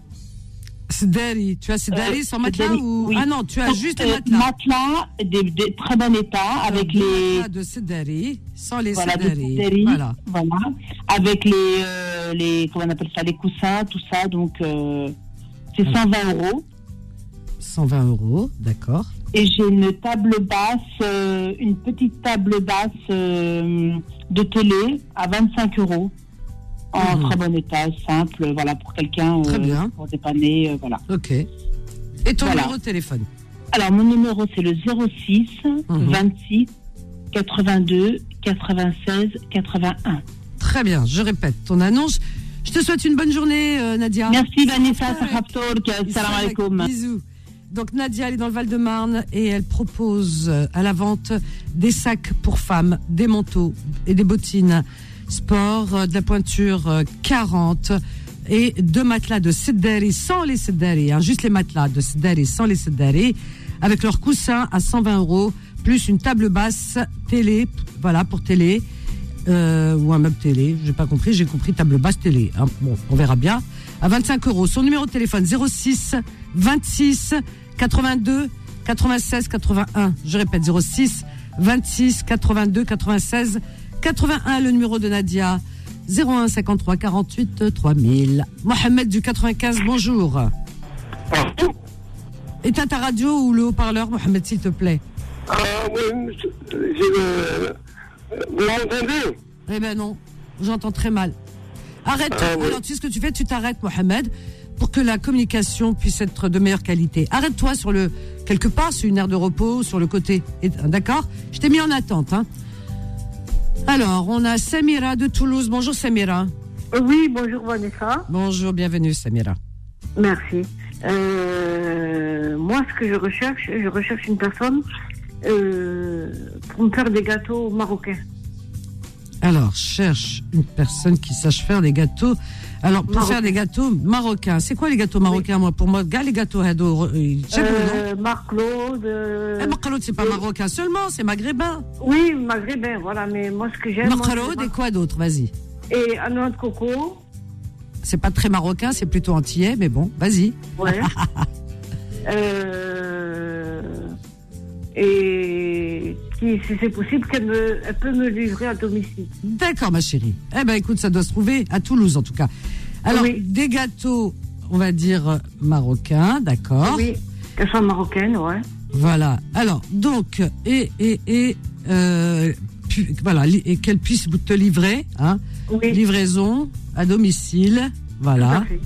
Speaker 3: Sedari, tu as Sedari
Speaker 7: Euh,
Speaker 3: sans matelas
Speaker 7: Sedari,
Speaker 3: ou
Speaker 7: oui.
Speaker 3: Ah non, tu as
Speaker 7: Donc,
Speaker 3: juste
Speaker 7: euh,
Speaker 3: les matelas.
Speaker 7: matelas, des, des très bon état, avec
Speaker 3: Deux
Speaker 7: les.
Speaker 3: matelas de Sedari, sans les
Speaker 7: Voilà, des
Speaker 3: Sedari.
Speaker 7: céderies,
Speaker 3: Voilà.
Speaker 7: voilà. Avec les, euh, les. Comment on appelle ça Les coussins, tout ça. Donc, euh, c'est 120 euros.
Speaker 3: 120 euros, d'accord.
Speaker 7: Et j'ai une table basse, euh, une petite table basse euh, de télé à 25 euros. En
Speaker 3: Mhm.
Speaker 7: très bon état, simple, voilà, pour quelqu'un,
Speaker 3: Très bien.
Speaker 7: pour dépanner, euh, voilà.
Speaker 3: Ok. Et ton
Speaker 7: Voilà.
Speaker 3: numéro de téléphone
Speaker 7: Alors, mon numéro, c'est le 06
Speaker 3: Mhm.
Speaker 7: 26 82 96 81.
Speaker 3: Très bien, je répète ton annonce. Je te souhaite une bonne journée, euh, Nadia.
Speaker 7: Merci, Vanessa
Speaker 3: Isaac.
Speaker 7: Sahaftourk. Salam
Speaker 3: Isaac,
Speaker 7: alaikum.
Speaker 3: Bisous. Donc Nadia, elle est dans le Val-de-Marne et elle propose euh, à la vente des sacs pour femmes, des manteaux et des bottines sport, euh, de la pointure euh, 40 et deux matelas de Sedari sans les Sedari, hein, juste les matelas de Sedari sans les Sedari, avec leurs coussins à 120 euros, plus une table basse télé, p- voilà pour télé. euh, ou un meuble télé, j'ai pas compris, j'ai compris table basse télé. hein. Bon, on verra bien à 25 euros. Son numéro de téléphone 06 26 82 96 81. Je répète 06 26 82 96 81. Le numéro de Nadia 01 53 48 3000. Mohamed du 95. Bonjour. Éteins ta radio ou le haut-parleur, Mohamed, s'il te plaît.
Speaker 10: Ah oui, j'ai le... Vous m'entendez
Speaker 3: Eh ben non, j'entends très mal. Arrête.
Speaker 10: Ah oui.
Speaker 3: Alors tu sais ce que tu fais, tu t'arrêtes, Mohamed, pour que la communication puisse être de meilleure qualité. Arrête-toi sur le quelque part, sur une aire de repos, sur le côté. Et- hein, D'accord Je t'ai mis en attente. Hein. Alors, on a Samira de Toulouse. Bonjour Samira.
Speaker 8: Oui, bonjour Vanessa.
Speaker 3: Bonjour, bienvenue Samira.
Speaker 8: Merci. Euh, moi, ce que je recherche, je recherche une personne euh, pour me faire des gâteaux marocains.
Speaker 3: Alors, cherche une personne qui sache faire des gâteaux. Alors, pour
Speaker 8: Marocain.
Speaker 3: faire des gâteaux marocains, c'est quoi les gâteaux marocains, moi Pour moi, gars, les gâteaux hado, euh, j'aime le nom.
Speaker 8: Euh, Marc-Claude. euh,
Speaker 3: Eh, Makhaloud, c'est pas
Speaker 8: euh,
Speaker 3: marocain seulement, c'est maghrébin.
Speaker 8: oui, maghrébin, voilà, mais moi, ce que j'aime. moi, c'est
Speaker 3: Makhaloud et quoi d'autre
Speaker 8: mar-
Speaker 3: Vas-y.
Speaker 8: Et un noix de coco.
Speaker 3: C'est pas très marocain, c'est plutôt antillais, mais bon, vas-y.
Speaker 8: Ouais. Euh, et qui, si c'est possible, qu'elle me, elle peut me livrer à domicile.
Speaker 3: D'accord, ma chérie. Eh ben, écoute, ça doit se trouver à Toulouse, en tout cas. Alors,
Speaker 8: Oui.
Speaker 3: des gâteaux, on va dire euh, marocains, d'accord.
Speaker 8: Oui, qu'elle soit marocaine, ouais.
Speaker 3: Voilà. Alors, donc, et et et euh, pu- voilà, li- et qu'elle puisse vous te livrer, hein.
Speaker 8: Oui.
Speaker 3: Livraison à domicile,
Speaker 8: tout à
Speaker 3: voilà.
Speaker 8: fait.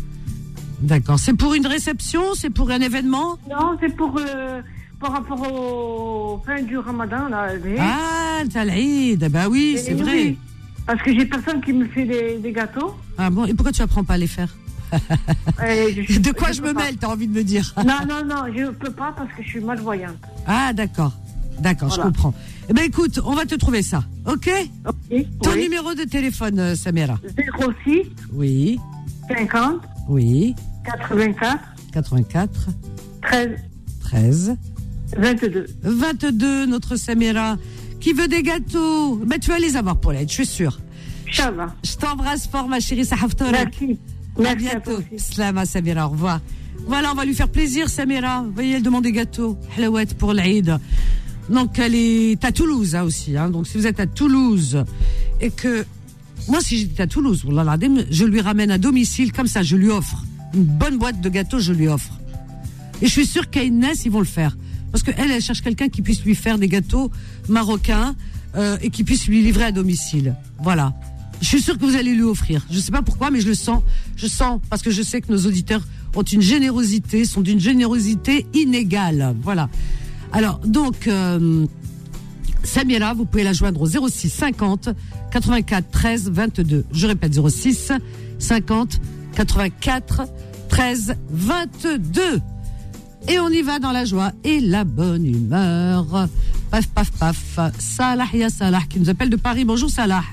Speaker 3: D'accord. C'est pour une réception, c'est pour un événement.
Speaker 8: Non, c'est pour, euh,
Speaker 11: par rapport au fin du ramadan, là. l'Eid.
Speaker 3: Ah, t'as l'Aïd, bah oui,
Speaker 11: Et
Speaker 3: c'est vrai.
Speaker 11: oui, Parce que j'ai personne qui me fait des, des gâteaux. Euh,
Speaker 3: Ah bon, et pourquoi tu apprends pas à les faire De quoi je, me mêle, t'as envie de me dire
Speaker 11: Non, non, non, je peux pas parce que je suis malvoyante.
Speaker 3: Ah, d'accord. D'accord, je
Speaker 11: Voilà.
Speaker 3: comprends. Eh ben écoute, on va te trouver ça, ok Ton
Speaker 11: oui.
Speaker 3: numéro de téléphone, euh, Samira
Speaker 11: 06
Speaker 3: Oui,
Speaker 11: 50
Speaker 3: oui.
Speaker 11: 84
Speaker 3: 84
Speaker 11: 13
Speaker 3: 13
Speaker 11: 22.
Speaker 3: 22, notre Samira, qui veut des gâteaux. Ben, tu vas les avoir, Paulette, je suis sûre. Je t'embrasse fort, ma chérie. Merci. À bientôt. Slama, Samira, au revoir. Voilà, on va lui faire plaisir, Samira. Vous voyez, elle demande des gâteaux. Halawat pour l'Aïd. Donc, elle est à Toulouse hein, aussi. hein. Donc, si vous êtes à Toulouse et que. Moi, si j'étais à Toulouse, wallah l'azim, je lui ramène à domicile, comme ça, je lui offre. Une bonne boîte de gâteaux, je lui offre. Et je suis sûre qu'Aïnès, ils vont le faire. Parce qu'elle, elle cherche quelqu'un qui puisse lui faire des gâteaux marocains euh, et qui puisse lui livrer à domicile. Voilà. Je suis sûre que vous allez lui offrir. Je ne sais pas pourquoi, mais je le sens. Je sens, parce que je sais que nos auditeurs ont une générosité, sont d'une générosité inégale. Voilà. Alors, donc, euh, Samira, vous pouvez la joindre au 06 50 84 13 22. Je répète, 06 50 84 13 22. Et on y va dans la joie et la bonne humeur. Paf, paf, paf. Salah, ya Salah, qui nous appelle de Paris. Bonjour, Salah.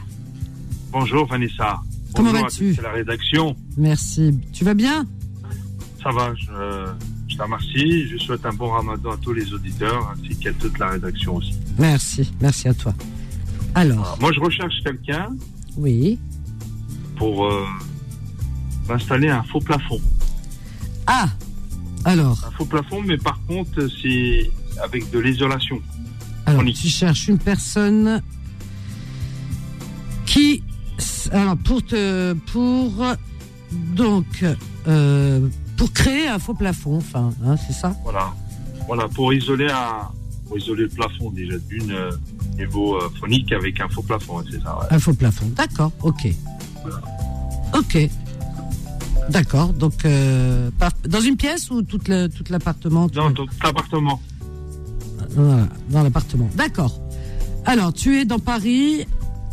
Speaker 12: Bonjour Vanessa.
Speaker 3: Comment
Speaker 12: Bonjour à
Speaker 3: vas-tu
Speaker 12: toute la rédaction.
Speaker 3: Merci. Tu vas bien
Speaker 12: Ça va, je, euh, je te remercie. Je souhaite un bon ramadan à tous les auditeurs ainsi qu'à toute la rédaction aussi.
Speaker 3: Merci, merci à toi. Alors,
Speaker 12: Voilà. Moi, je recherche quelqu'un
Speaker 3: oui.
Speaker 12: pour euh, m'installer un faux plafond.
Speaker 3: Ah, alors,
Speaker 12: Un faux plafond, mais par contre, c'est avec de l'isolation.
Speaker 3: alors tu cherches une personne qui, alors pour te, pour donc, euh, pour créer un faux plafond, enfin, hein, c'est ça.
Speaker 12: Voilà. Voilà, pour isoler un, pour isoler le plafond déjà d'une euh, niveau euh, phonique avec un faux plafond, hein, c'est ça. ouais.
Speaker 3: Un faux plafond. D'accord, ok. Ok. D'accord, donc euh, par- dans une pièce ou toute le- tout l'appartement tout
Speaker 12: Dans ton appartement.
Speaker 3: Voilà, dans l'appartement. D'accord. Alors, tu es dans Paris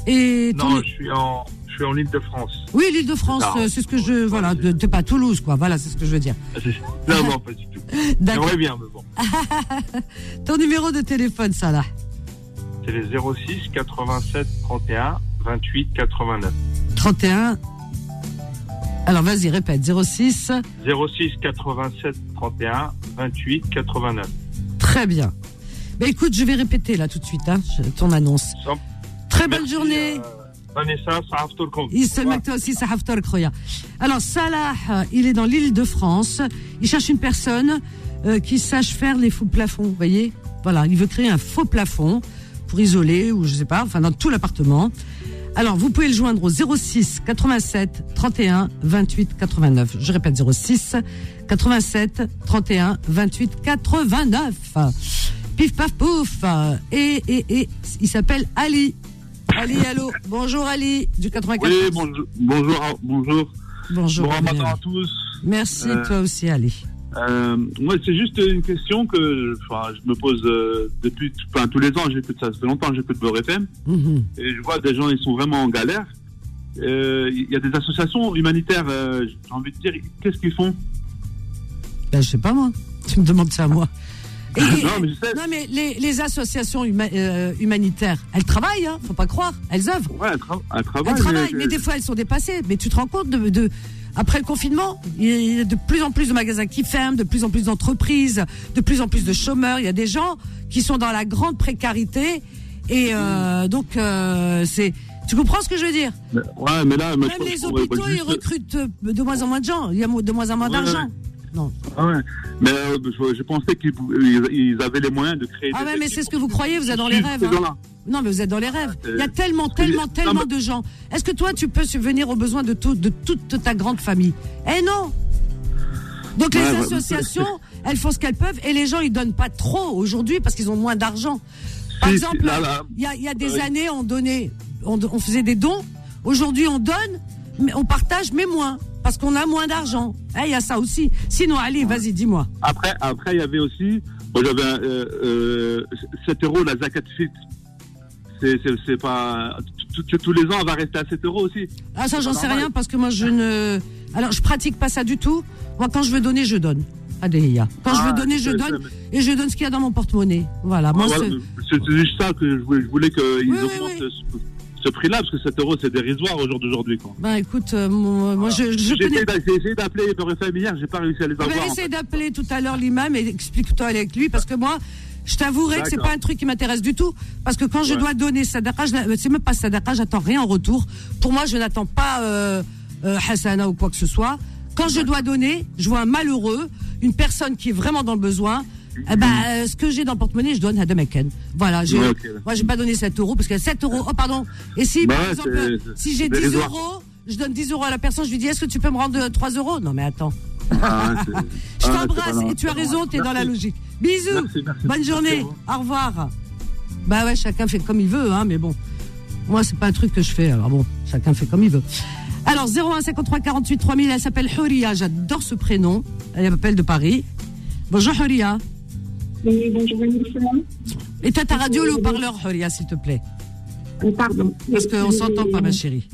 Speaker 3: et ton-
Speaker 12: Non, je suis en, je suis en Île-de-France.
Speaker 3: Oui, l'Île-de-France,
Speaker 12: C'est ça.
Speaker 3: euh, c'est ce que je voilà, de- t'es pas à Toulouse quoi. Voilà, c'est ce que je veux dire.
Speaker 12: Ah, c'est- Non, non, pas du tout.
Speaker 3: D'accord.
Speaker 12: J'aimerais bien, mais bon.
Speaker 3: Ton numéro de téléphone, ça là.
Speaker 12: C'est les 06 87 31 28 89.
Speaker 3: 31 Alors, vas-y, répète 06
Speaker 12: 06 87 31 28 89.
Speaker 3: Très bien. Mais écoute, je vais répéter là tout de suite hein, je- ton annonce.
Speaker 12: Sans-
Speaker 3: Très bonne journée.
Speaker 12: euh, Vanessa, ça a tout compte.
Speaker 3: Il se met toi aussi, ça haftar Kroya. Alors, Salah, euh, il est dans l'île de France. Il cherche une personne euh, qui sache faire les faux plafonds, vous voyez Voilà, il veut créer un faux plafond pour isoler, ou je sais pas, enfin dans tout l'appartement. Alors, vous pouvez le joindre au 06 87 31 28 89. Je répète, 06 87 31 28 89. Pif paf pouf. Et, et, et il s'appelle Ali. Ali, allô. Bonjour Ali, du 94.
Speaker 13: Oui, bonjour, bonjour, à- bonjour.
Speaker 3: Bonjour,
Speaker 13: Bon ramadan
Speaker 3: bienvenue.
Speaker 13: à tous.
Speaker 3: Merci,
Speaker 13: Euh,
Speaker 3: toi aussi, Ali.
Speaker 13: Euh, moi, c'est juste une question que je, enfin, je me pose euh, depuis enfin, tous les ans. J'écoute ça, ça fait longtemps que j'écoute Beurre FM.
Speaker 3: Mhm.
Speaker 13: Et je vois des gens, ils sont vraiment en galère. Euh, Il y a des associations humanitaires, euh, j'ai envie de dire, qu'est-ce qu'ils font
Speaker 3: Ben, je sais pas, moi. Tu me demandes ça à moi. Et- et-
Speaker 13: Non, mais je sais.
Speaker 3: non, mais les, les associations huma- euh, humanitaires, elles travaillent, hein, faut pas croire, elles œuvrent.
Speaker 13: Ouais, elles, tra- elles travaillent.
Speaker 3: Elles travaillent,
Speaker 13: mais-
Speaker 3: mais des fois elles sont dépassées. Mais tu te rends compte de, de- après le confinement, il y a de plus en plus de magasins qui ferment, de plus en plus d'entreprises, de plus en plus de chômeurs. Il y a des gens qui sont dans la grande précarité et euh, donc euh, c'est. Tu comprends ce que je veux dire
Speaker 13: mais- ouais, mais là, moi, je
Speaker 3: Même
Speaker 13: pense
Speaker 3: les
Speaker 13: qu'on va-
Speaker 3: hôpitaux,
Speaker 13: juste-
Speaker 3: ils recrutent euh, de moins en moins de gens. Il y a mo- de moins en moins
Speaker 13: Ouais,
Speaker 3: d'argent.
Speaker 13: ouais. Ah ouais. Mais euh, je, je pensais qu'ils pou- ils- ils avaient les moyens de créer
Speaker 3: Ah
Speaker 13: des.
Speaker 3: ouais, mais c'est ce que vous croyez, vous êtes dans les rêves. hein. Non, mais vous êtes dans les rêves.
Speaker 13: Ah, c'est-
Speaker 3: Il y a tellement, tellement, tellement de gens. Est-ce que toi, tu peux subvenir aux besoins de, tout, de toute ta grande famille Eh non Donc
Speaker 13: Ouais,
Speaker 3: les
Speaker 13: ouais,
Speaker 3: associations, elles font ce qu'elles peuvent et les gens, ils donnent pas trop aujourd'hui parce qu'ils ont moins d'argent. Par
Speaker 13: Si,
Speaker 3: exemple,
Speaker 13: là, là.
Speaker 3: il y a, il y a des
Speaker 13: Oui.
Speaker 3: années, on donnait, on, on faisait des dons. Aujourd'hui, on donne, mais on partage, mais moins. Parce qu'on a moins d'argent. Eh, Il y a ça aussi. Sinon, allez, vas-y, dis-moi.
Speaker 13: Après, après, il y avait aussi, bon, Moi, j'avais un, euh, euh, 7 euros la zakat fit. C'est- C'est c'est pas. tous- tous- Tous les ans, elle va rester à 7 euros aussi.
Speaker 3: Ah ça
Speaker 13: C'est
Speaker 3: j'en
Speaker 13: pas
Speaker 3: sais
Speaker 13: normal.
Speaker 3: rien parce que moi je ne alors je pratique pas ça du tout. Moi quand je veux donner je donne. Adélia. Quand je
Speaker 13: Ah,
Speaker 3: veux donner je
Speaker 13: c'est-
Speaker 3: donne et je donne ce qu'il y a dans mon porte-monnaie. Voilà. Moi,
Speaker 13: Voilà,
Speaker 3: c'est-
Speaker 13: Ah, c'est c'est juste ça que je voulais, je voulais qu'ils augmentent ce, ce prix-là, parce que 7 euros, c'est dérisoire au jour d'aujourd'hui. quoi.
Speaker 3: Bah écoute, euh, mon- moi je, je
Speaker 13: J'ai
Speaker 3: connais.
Speaker 13: essayé d'a- j'ai essayé d'appeler Beurre FM hier, j'ai pas réussi à les
Speaker 3: Ah
Speaker 13: avoir.
Speaker 3: ben,
Speaker 13: en
Speaker 3: essaie d'appeler tout à l'heure l'imam et explique-toi avec lui parce que moi, je t'avouerai que c'est
Speaker 13: D'accord.
Speaker 3: pas un truc qui m'intéresse du tout parce que quand je
Speaker 13: Ouais.
Speaker 3: dois donner sadaqa, je la- c'est même pas sadaqa, j'attends rien en retour. Pour moi, je n'attends pas euh, euh, hasana ou quoi que ce soit. Quand je dois donner, je vois un malheureux, une personne qui est vraiment dans le besoin. Eh ben, euh, ce que j'ai dans le porte-monnaie, je donne à Demeken. Voilà, j'ai-
Speaker 13: Mm-hmm. Ouais, ok.
Speaker 3: moi j'ai pas donné 7 euros parce que 7 euros, oh pardon. Et si,
Speaker 13: Bah
Speaker 3: par
Speaker 13: ouais,
Speaker 3: exemple,
Speaker 13: c'est-
Speaker 3: si
Speaker 13: c'est
Speaker 3: j'ai 10
Speaker 13: dérisoire.
Speaker 3: euros, je donne 10 euros à la personne, je lui dis est-ce que tu peux me rendre euh, 3 euros Non mais attends.
Speaker 13: fait. Ah, ouais, c'est-
Speaker 3: Je
Speaker 13: ah, ouais, c'est pas
Speaker 3: t'embrasse
Speaker 13: normal.
Speaker 3: et tu as raison, t'es dans la
Speaker 13: Merci.
Speaker 3: logique. Bisous,
Speaker 13: Merci, merci.
Speaker 3: bonne
Speaker 13: Merci
Speaker 3: journée,
Speaker 13: à
Speaker 3: au revoir. Bah ouais, chacun fait comme il veut, hein, mais bon. Moi, c'est pas un truc que je fais, alors bon, chacun fait comme il veut. Alors, 0153 48 3000, elle s'appelle Huria, j'adore ce prénom. Elle m'appelle de Paris. Bonjour Huria.
Speaker 7: Oui, bonjour, hein.
Speaker 3: Éteins ta radio, le haut-parleur, Huria, s'il te plaît.
Speaker 7: Pardon.
Speaker 3: Parce qu'on s'entend pas, ma chérie.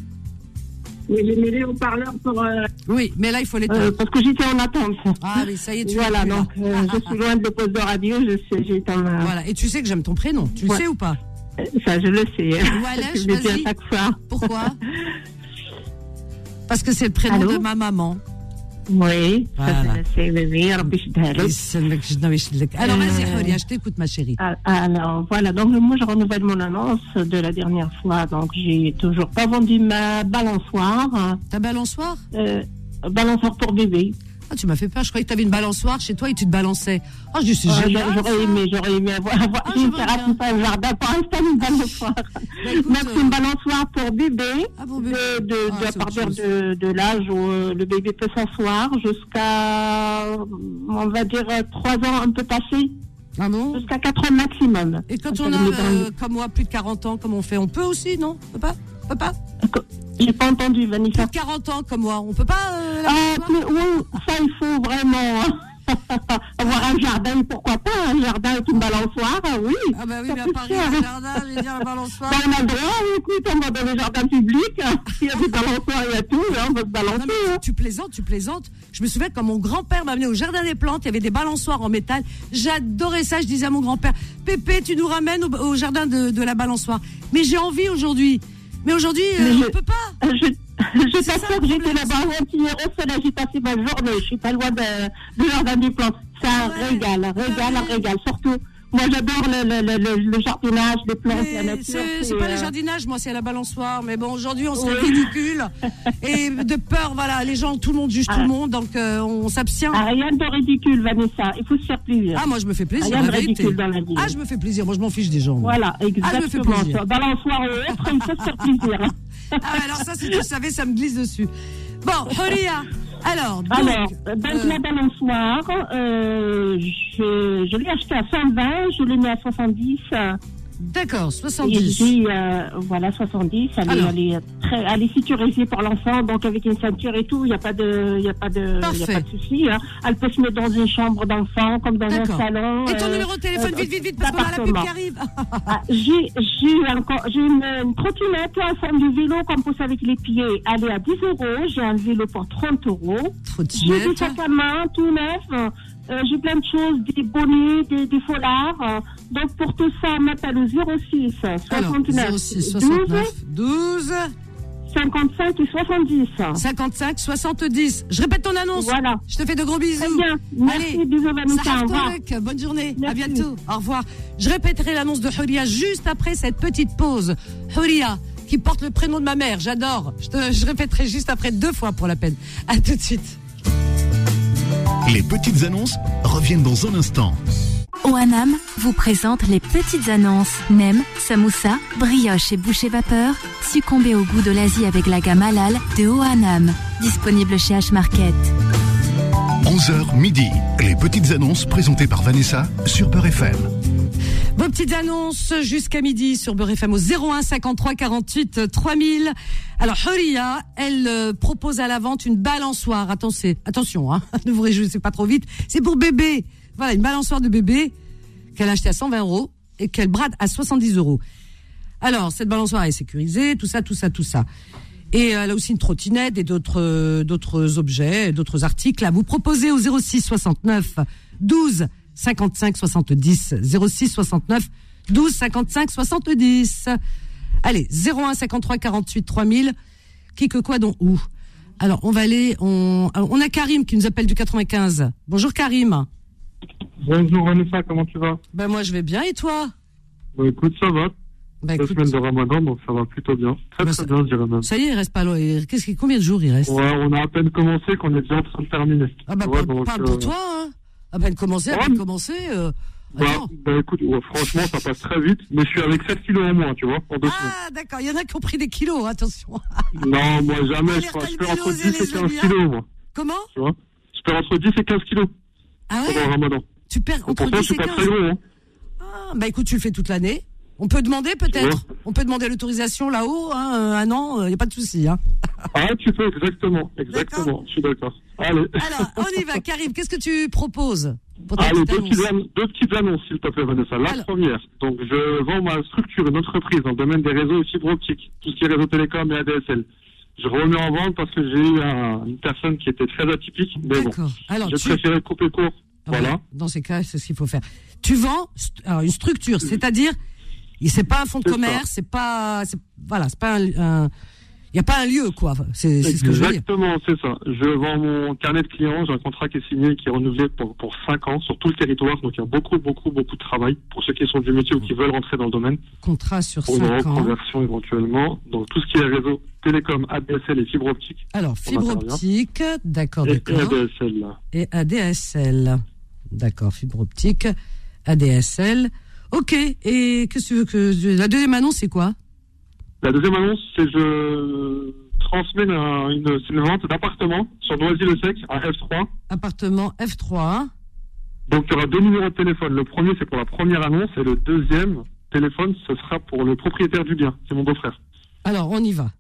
Speaker 7: Oui, j'ai mis les haut-parleurs pour.
Speaker 3: Oui, mais là, il faut les
Speaker 7: euh, Parce que j'étais en attente.
Speaker 3: Ah oui, ça y est, tu l'as
Speaker 7: Voilà,
Speaker 3: plus, là.
Speaker 7: donc euh, je suis loin de poste de radio, je sais, j'ai euh, en.
Speaker 3: Voilà, et tu sais que j'aime ton prénom, tu le sais ou pas
Speaker 7: Ça, je le sais.
Speaker 3: Voilà,
Speaker 7: je le dis à
Speaker 3: vas-y.
Speaker 7: chaque fois.
Speaker 3: Pourquoi Parce que c'est le prénom
Speaker 7: Allô
Speaker 3: de ma maman.
Speaker 7: Oui,
Speaker 3: Voilà.
Speaker 7: ça, je le sais, oui, oui, Rabbi Shidhalik.
Speaker 3: Alors vas-y,
Speaker 7: Euh,
Speaker 3: Huria, je t'écoute, ma chérie.
Speaker 7: Ah, Alors voilà, donc moi je renouvelle mon annonce de la dernière fois. Donc j'ai toujours pas vendu ma balançoire.
Speaker 3: Ta balançoire
Speaker 7: Euh, Balançoire pour bébé.
Speaker 3: Ah, tu m'as fait peur, je croyais que tu avais une balançoire chez toi et tu te balançais. Ah, je dis, c'est
Speaker 7: Ah,
Speaker 3: génial,
Speaker 7: j'a- J'aurais
Speaker 3: ça.
Speaker 7: aimé, j'aurais aimé avoir, avoir
Speaker 3: Ah,
Speaker 7: j'ai une
Speaker 3: j'aimerais
Speaker 7: terrasse, pas un jardin pour installer une balançoire.
Speaker 3: Bah,
Speaker 7: Même
Speaker 3: euh,
Speaker 7: une balançoire pour bébé,
Speaker 3: Ah,
Speaker 7: de, de, de- à partir de, de l'âge où euh, le bébé peut s'asseoir jusqu'à, euh, on va dire, euh, trois ans un peu passés.
Speaker 3: Ah
Speaker 7: Jusqu'à quatre ans maximum.
Speaker 3: Et quand on a, euh, comme moi, plus de 40 ans, comme on fait, on peut aussi, non On peut pas On peut pas
Speaker 7: J'ai pas entendu, Vanessa.
Speaker 3: Plus de 40 ans, comme moi, on peut pas euh, la
Speaker 7: Ah,
Speaker 3: balançoire
Speaker 7: plus- oui, ça, il faut vraiment hein, avoir un jardin, pourquoi pas, un jardin avec une balançoire, ah oui.
Speaker 3: Ah, bah oui,
Speaker 7: ça
Speaker 3: mais à
Speaker 7: coûte
Speaker 3: Paris,
Speaker 7: cher.
Speaker 3: le jardin, je vais dire, la balançoire.
Speaker 7: Ben, on a le droit, oui, écoute, on va dans les jardins publics, hein, il y a des balançoires, il y a tout, hein, on va se
Speaker 3: Non,
Speaker 7: balancer.
Speaker 3: mais tu, tu plaisantes, tu plaisantes. Je me souviens quand mon grand-père m'a amené au jardin des plantes, il y avait des balançoires en métal. J'adorais ça. Je disais à mon grand-père, Pépé, tu nous ramènes au, au jardin de, de la balançoire. Mais j'ai envie aujourd'hui. Mais aujourd'hui, euh,
Speaker 7: Mais
Speaker 3: on
Speaker 7: je-
Speaker 3: peut pas.
Speaker 7: Je, je t'assure que j'étais là-bas avant-hier, au soleil, j'ai passé ma journée, je suis pas loin de, de jardin des plantes. C'est un régal, un
Speaker 3: Ah
Speaker 7: régal, un régal, surtout. Moi, j'adore le, le, le, le- le jardinage, les plantes,
Speaker 3: Mais
Speaker 7: la nature.
Speaker 3: C'est c'est pas le
Speaker 7: euh,
Speaker 3: jardinage, moi, c'est à la balançoire. Mais bon, aujourd'hui, on serait
Speaker 7: Oui.
Speaker 3: ridicule. Et de peur, voilà, les gens, tout le monde juge tout le monde, donc euh, on s'abstient.
Speaker 7: Ah, rien de ridicule, Vanessa. Il faut se faire plaisir.
Speaker 3: Ah, moi, je me fais plaisir.
Speaker 7: euh, Rien
Speaker 3: la
Speaker 7: de
Speaker 3: vérité.
Speaker 7: ridicule dans la vie. hein.
Speaker 3: Ah, je me fais plaisir. Moi, je m'en fiche des gens. moi.
Speaker 7: Voilà,
Speaker 3: Ah, je me fais
Speaker 7: exactement.
Speaker 3: plaisir.
Speaker 7: Dans la soirée, autre, il faut se faire plaisir.
Speaker 3: Ah ouais, alors ça, si tu le savais, ça me glisse dessus. Bon, Horia, alors, donc,
Speaker 7: Alors, euh, donc
Speaker 3: euh,
Speaker 7: la balançoire, euh, je, je l'ai achetée à 120, je l'ai mis à 70.
Speaker 3: D'accord,
Speaker 7: 70. Et puis, euh, voilà, 70. Elle, est,
Speaker 3: Alors.
Speaker 7: elle, est très, elle est sécurisée par l'enfant, donc avec une ceinture et tout, il n'y a pas de, il y a pas de, il y a
Speaker 3: Parfait.
Speaker 7: pas de souci. hein. Elle peut se mettre dans une chambre d'enfant, comme dans un
Speaker 3: D'accord.
Speaker 7: salon.
Speaker 3: Et ton
Speaker 7: euh,
Speaker 3: numéro de téléphone,
Speaker 7: euh,
Speaker 3: vite, vite, vite, parce qu'on a la pub
Speaker 7: d'appartement.
Speaker 3: qui arrive.
Speaker 7: Ah, j'ai j'ai encore j'ai une, une trottinette en forme de vélo qu'on pousse avec les pieds. Elle est à 10 euros. J'ai un vélo pour 30 euros. J'ai
Speaker 3: Trottinette.
Speaker 7: des sacs à main tout neuf. Euh, j'ai plein de choses, des bonnets, des, des foulards. Euh, Donc pour tout ça, on m'appelle au 06
Speaker 3: Alors,
Speaker 7: 69
Speaker 3: 06 69 12
Speaker 7: 55 et 70.
Speaker 3: 55 70. Je répète ton annonce.
Speaker 7: Voilà.
Speaker 3: Je te fais de gros bisous.
Speaker 7: Très bien. Merci,
Speaker 3: Allez,
Speaker 7: bisous, Vanessa.
Speaker 3: Sarah
Speaker 7: Au revoir.
Speaker 3: Torek, Bonne journée. À bientôt. Au revoir. Je répéterai l'annonce de Huria juste après cette petite pause. Huria, qui porte le prénom de ma mère. J'adore. Je, te- je répéterai juste après deux fois pour la peine. À tout de suite.
Speaker 2: Les petites annonces reviennent dans un instant.
Speaker 1: OANAM vous présente les petites annonces. Nem, samoussa, brioche et boucher vapeur. Succombez au goût de l'Asie avec la gamme halal de OANAM. Disponible chez H-Market.
Speaker 2: 11h midi, les petites annonces présentées par Vanessa sur Peur FM.
Speaker 3: Vos petites annonces jusqu'à midi sur Beurre FM au 01 53 48 3000. euh, Alors, Huria, elle euh, propose à la vente une balançoire. Attention, attention, hein, ne vous réjouissez pas trop vite. C'est pour bébé. Voilà, une balançoire de bébé. qu'elle a acheté à 120 euros et qu'elle brade à 70 euros. Alors, cette balançoire est sécurisée, tout ça, tout ça, tout ça. Et euh, elle a aussi une trottinette et d'autres euh, d'autres objets, d'autres articles à vous proposer au 06 69 12 55 70 06 69 12 55 70. Allez, 01 53 48 3000 qui que quoi donc où Alors, on va aller on alors, on a Karim qui nous appelle du 95. Bonjour Karim.
Speaker 10: Bonjour Vanessa, comment tu vas
Speaker 3: Ben moi je vais bien et toi
Speaker 10: Bah, Écoute, ça va.
Speaker 3: Bah,
Speaker 10: La
Speaker 3: écoute. Bah,
Speaker 10: semaine de Ramadan, donc ça va plutôt bien. Très très bien, je dirais même.
Speaker 3: Ça y est, il reste pas loin. Il- Qu'est-ce qui combien de jours il reste
Speaker 10: Ouais, on a à peine commencé qu'on est déjà en train de terminer.
Speaker 3: Ah bah,
Speaker 10: Ouais,
Speaker 3: parle,
Speaker 10: donc,
Speaker 3: parle
Speaker 10: euh,
Speaker 3: pour toi, hein. À peine commencé, à
Speaker 10: Ouais.
Speaker 3: peine commencé. euh,
Speaker 10: Bah, bah, écoute, ouais, franchement, ça passe très vite, mais je suis avec 7 kilos en moins, tu vois, en deux
Speaker 3: Ah, bah, d'accord, il y en a qui ont pris des kilos, hein, attention.
Speaker 10: semaines. Non, moi jamais, je,
Speaker 3: Allez,
Speaker 10: crois, je
Speaker 3: calmez-vous,
Speaker 10: perds entre 10 et
Speaker 3: allez,
Speaker 10: 15
Speaker 3: Julien.
Speaker 10: kilos, moi,
Speaker 3: Comment
Speaker 10: tu vois. Je perds entre 10 et 15 kilos
Speaker 3: Ah ouais
Speaker 10: pendant le Ramadan.
Speaker 3: Tu perds
Speaker 10: Donc,
Speaker 3: entre
Speaker 10: pourtant,
Speaker 3: 10
Speaker 10: je suis
Speaker 3: et
Speaker 10: pas
Speaker 3: 15.
Speaker 10: très loin, hein.
Speaker 3: Ah, bah écoute, tu le fais toute l'année. On peut demander peut-être. On peut demander l'autorisation là-haut, hein, euh, un an, il n'y a pas de souci. Hein.
Speaker 10: Ah, tu peux, exactement, exactement, je suis d'accord. Allez,
Speaker 3: Alors, Ah, on y va, Karim, qu'est-ce que tu proposes pour ta
Speaker 10: Allez
Speaker 3: petite
Speaker 10: deux,
Speaker 3: annonce
Speaker 10: petites annonces, deux petites annonces, s'il te plaît, Vanessa. La première, donc je vends ma structure, une entreprise dans le domaine des réseaux et fibre optique, tout ce qui est réseau télécom et ADSL. Je remets en vente parce que j'ai eu un- une personne qui était très atypique, mais bon,
Speaker 3: Alors,
Speaker 10: j'ai
Speaker 3: tu-
Speaker 10: préféré couper court. Voilà.
Speaker 3: Dans ces cas, c'est ce qu'il faut faire. Tu vends st- alors, une structure, c'est-à-dire, il- c'est pas un fonds de
Speaker 10: C'est ça.
Speaker 3: commerce, c'est pas, c'est- voilà, c'est pas un, un- il n'y a pas un lieu quoi. C'est c'est ce que je veux dire.
Speaker 10: Exactement, c'est ça. Je vends mon carnet de clients, j'ai un contrat qui est signé, qui est renouvelé pour, pour 5 ans sur tout le territoire, donc il y a beaucoup, beaucoup, beaucoup de travail pour ceux qui sont du métier ou qui veulent rentrer dans le domaine.
Speaker 3: Contrat sur
Speaker 10: pour une
Speaker 3: 5 ans.
Speaker 10: reconversion éventuellement dans tout ce qui est réseau télécom, ADSL et fibre optique.
Speaker 3: Alors, fibre
Speaker 10: intervient.
Speaker 3: optique, d'accord,
Speaker 10: Et, euh, et
Speaker 3: d'accord.
Speaker 10: ADSL là.
Speaker 3: Et ADSL. D'accord, fibre optique, ADSL. Ok, et qu'est-ce que tu veux que. je- La deuxième annonce, c'est quoi
Speaker 10: La deuxième annonce, c'est je transmets un- une, c'est une vente d'appartement sur Noisy-le-Sec à F3.
Speaker 3: Appartement F3.
Speaker 10: Donc il y aura deux numéros de téléphone. Le premier c'est pour la première annonce et le deuxième téléphone ce sera pour le propriétaire du bien. C'est mon beau-frère.
Speaker 3: Alors, on y va.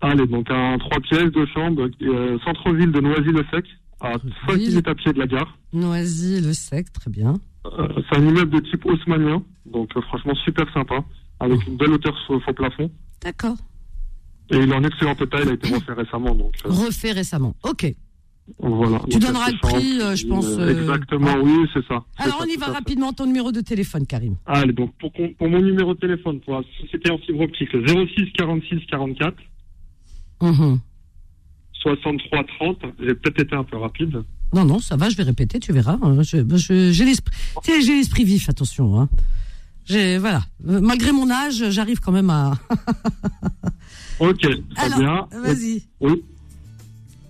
Speaker 10: Allez, donc un trois pièces, deux chambres, euh, centre-ville de Noisy-le-Sec, à 5 minutes à pied de la gare.
Speaker 3: Noisy, le sec, très bien.
Speaker 10: Euh, c'est un immeuble de type haussmannien, donc euh, franchement super sympa, avec une belle hauteur sur- sur plafond.
Speaker 3: D'accord.
Speaker 10: Et il est en excellente taille, il a été refait récemment, donc euh,
Speaker 3: Refait récemment. Ok.
Speaker 10: voilà.
Speaker 3: Tu
Speaker 10: Donc,
Speaker 3: donneras
Speaker 10: c'est
Speaker 3: le prix,
Speaker 10: ça,
Speaker 3: euh, je pense,
Speaker 10: euh,
Speaker 3: euh,
Speaker 10: Exactement, oui, c'est ça. c'est
Speaker 3: Alors,
Speaker 10: ça,
Speaker 3: on y
Speaker 10: tout
Speaker 3: va
Speaker 10: à fait.
Speaker 3: rapidement. Ton numéro de téléphone, Karim.
Speaker 10: Allez, donc pour, con- pour mon numéro de téléphone, pour la société en fibre optique, le 06 46 44
Speaker 3: Mhm.
Speaker 10: 63 30. J'ai peut-être été un peu rapide.
Speaker 3: Non, non, ça va, je vais répéter, tu verras. hein. Je- je- J'ai l'esprit tu sais, j'ai l'esprit vif, attention. hein. J'ai- Voilà. Euh, Malgré mon âge, j'arrive quand même à.
Speaker 10: Ok, très bien.
Speaker 3: Vas-y.
Speaker 10: Oui.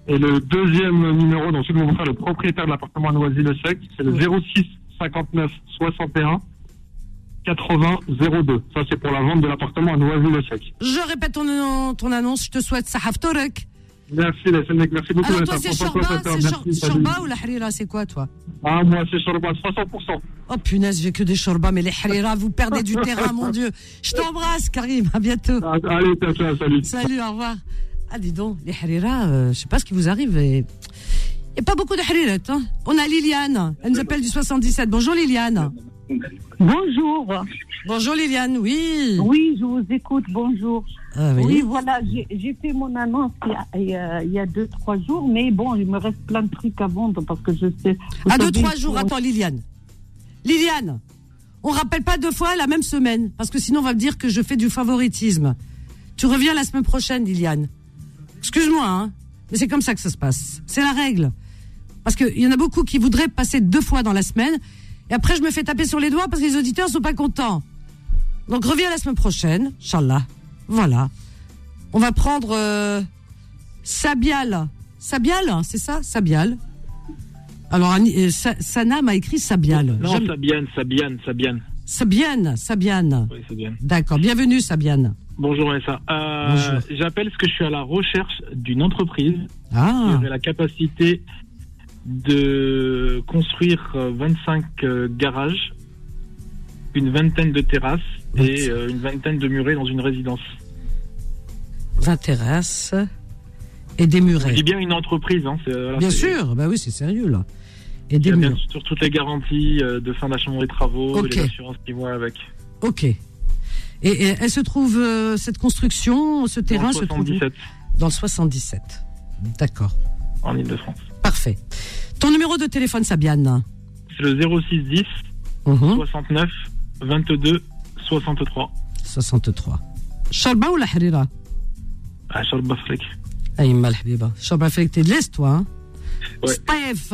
Speaker 10: Et le deuxième numéro, dont celui de mon frère, le propriétaire de l'appartement à Noisy-le-Sec, c'est le 06 59 61 80 02. Ça, c'est pour la vente de l'appartement à Noisy-le-Sec.
Speaker 3: Je répète ton, ton annonce, je te souhaite Sahaf Torek.
Speaker 10: Merci, la Sénèque. Merci beaucoup.
Speaker 3: Alors
Speaker 10: Vanessa.
Speaker 3: toi c'est
Speaker 10: Franchement,
Speaker 3: Shorba,
Speaker 10: sincère.
Speaker 3: c'est Shor-
Speaker 10: Merci, salut.
Speaker 3: Shorba ou la Harira, c'est quoi toi
Speaker 10: Ah, moi, c'est Shorba, 300%.
Speaker 3: Oh punaise, j'ai que des Shorba, mais les Harira, vous perdez du terrain, mon Dieu. Je t'embrasse Karim, à bientôt.
Speaker 10: Ah, Allez, ciao, ciao, salut.
Speaker 3: Salut, au revoir. Ah dis donc, les Harira, euh, je sais pas ce qui vous arrive. et- Il n'y a pas beaucoup de Harirettes. hein. On a Liliane, elle nous appelle du 77. Bonjour Liliane.
Speaker 14: Bonjour.
Speaker 3: Bonjour Liliane, oui.
Speaker 14: Oui, je vous écoute, bonjour.
Speaker 3: Ah oui.
Speaker 14: oui. voilà, j'ai j'ai fait mon annonce il y, a, il y a- il y a deux, trois jours, mais bon, il me reste plein de trucs à vendre parce que je sais.
Speaker 3: À deux,
Speaker 14: Vous savez,
Speaker 3: trois jours,
Speaker 14: pour-
Speaker 3: attends Liliane. Liliane, on rappelle pas deux fois la même semaine, parce que sinon on va me dire que je fais du favoritisme. Tu reviens la semaine prochaine, Liliane. Excuse-moi, hein, mais c'est comme ça que ça se passe. C'est la règle. Parce qu'il y en a beaucoup qui voudraient passer deux fois dans la semaine, et après je me fais taper sur les doigts parce que les auditeurs sont pas contents. Donc reviens la semaine prochaine, Inch'Allah. Voilà. On va prendre euh, Sabial. Sabial, hein, c'est ça Sabial. Alors, Annie- euh, Sa- Sana m'a écrit Sabial.
Speaker 15: Non,
Speaker 3: J'aime-
Speaker 15: Sabiane, Sabiane, Sabiane.
Speaker 3: Sabiane, Sabiane.
Speaker 15: Oui, Sabiane.
Speaker 3: D'accord, bienvenue Sabiane.
Speaker 15: Bonjour Essa. Euh, J'appelle parce que je suis à la recherche d'une entreprise qui
Speaker 3: Ah,
Speaker 15: aurait la capacité de construire euh, 25 euh, garages, une vingtaine de terrasses et euh, une vingtaine de murets dans une résidence.
Speaker 3: 20 terrasses et des
Speaker 15: Je
Speaker 3: murets.
Speaker 15: dis bien une entreprise. Hein, c'est- voilà,
Speaker 3: Bien
Speaker 15: c'est-
Speaker 3: sûr, bah oui, c'est sérieux là. Et
Speaker 15: Il
Speaker 3: des
Speaker 15: y a bien
Speaker 3: murs.
Speaker 15: sûr toutes les garanties euh, de fin d'achat des travaux,
Speaker 3: Ok.
Speaker 15: les assurances qui vont avec.
Speaker 3: Ok. Et, et elle se trouve, euh, cette construction, ce terrain se trouve où
Speaker 15: 77.
Speaker 3: dans le 77. D'accord.
Speaker 15: En Ile-de-France.
Speaker 3: Parfait. Ton numéro de téléphone, Sabiane
Speaker 15: C'est le 0610 69 22 63
Speaker 3: 63. Sharba ou la Harira
Speaker 15: à Ah, Charles Bafrek.
Speaker 3: Aïma Habiba. Sharba, fait que t'es de l'Est, toi. Hein
Speaker 15: Ouais.
Speaker 3: Staïf,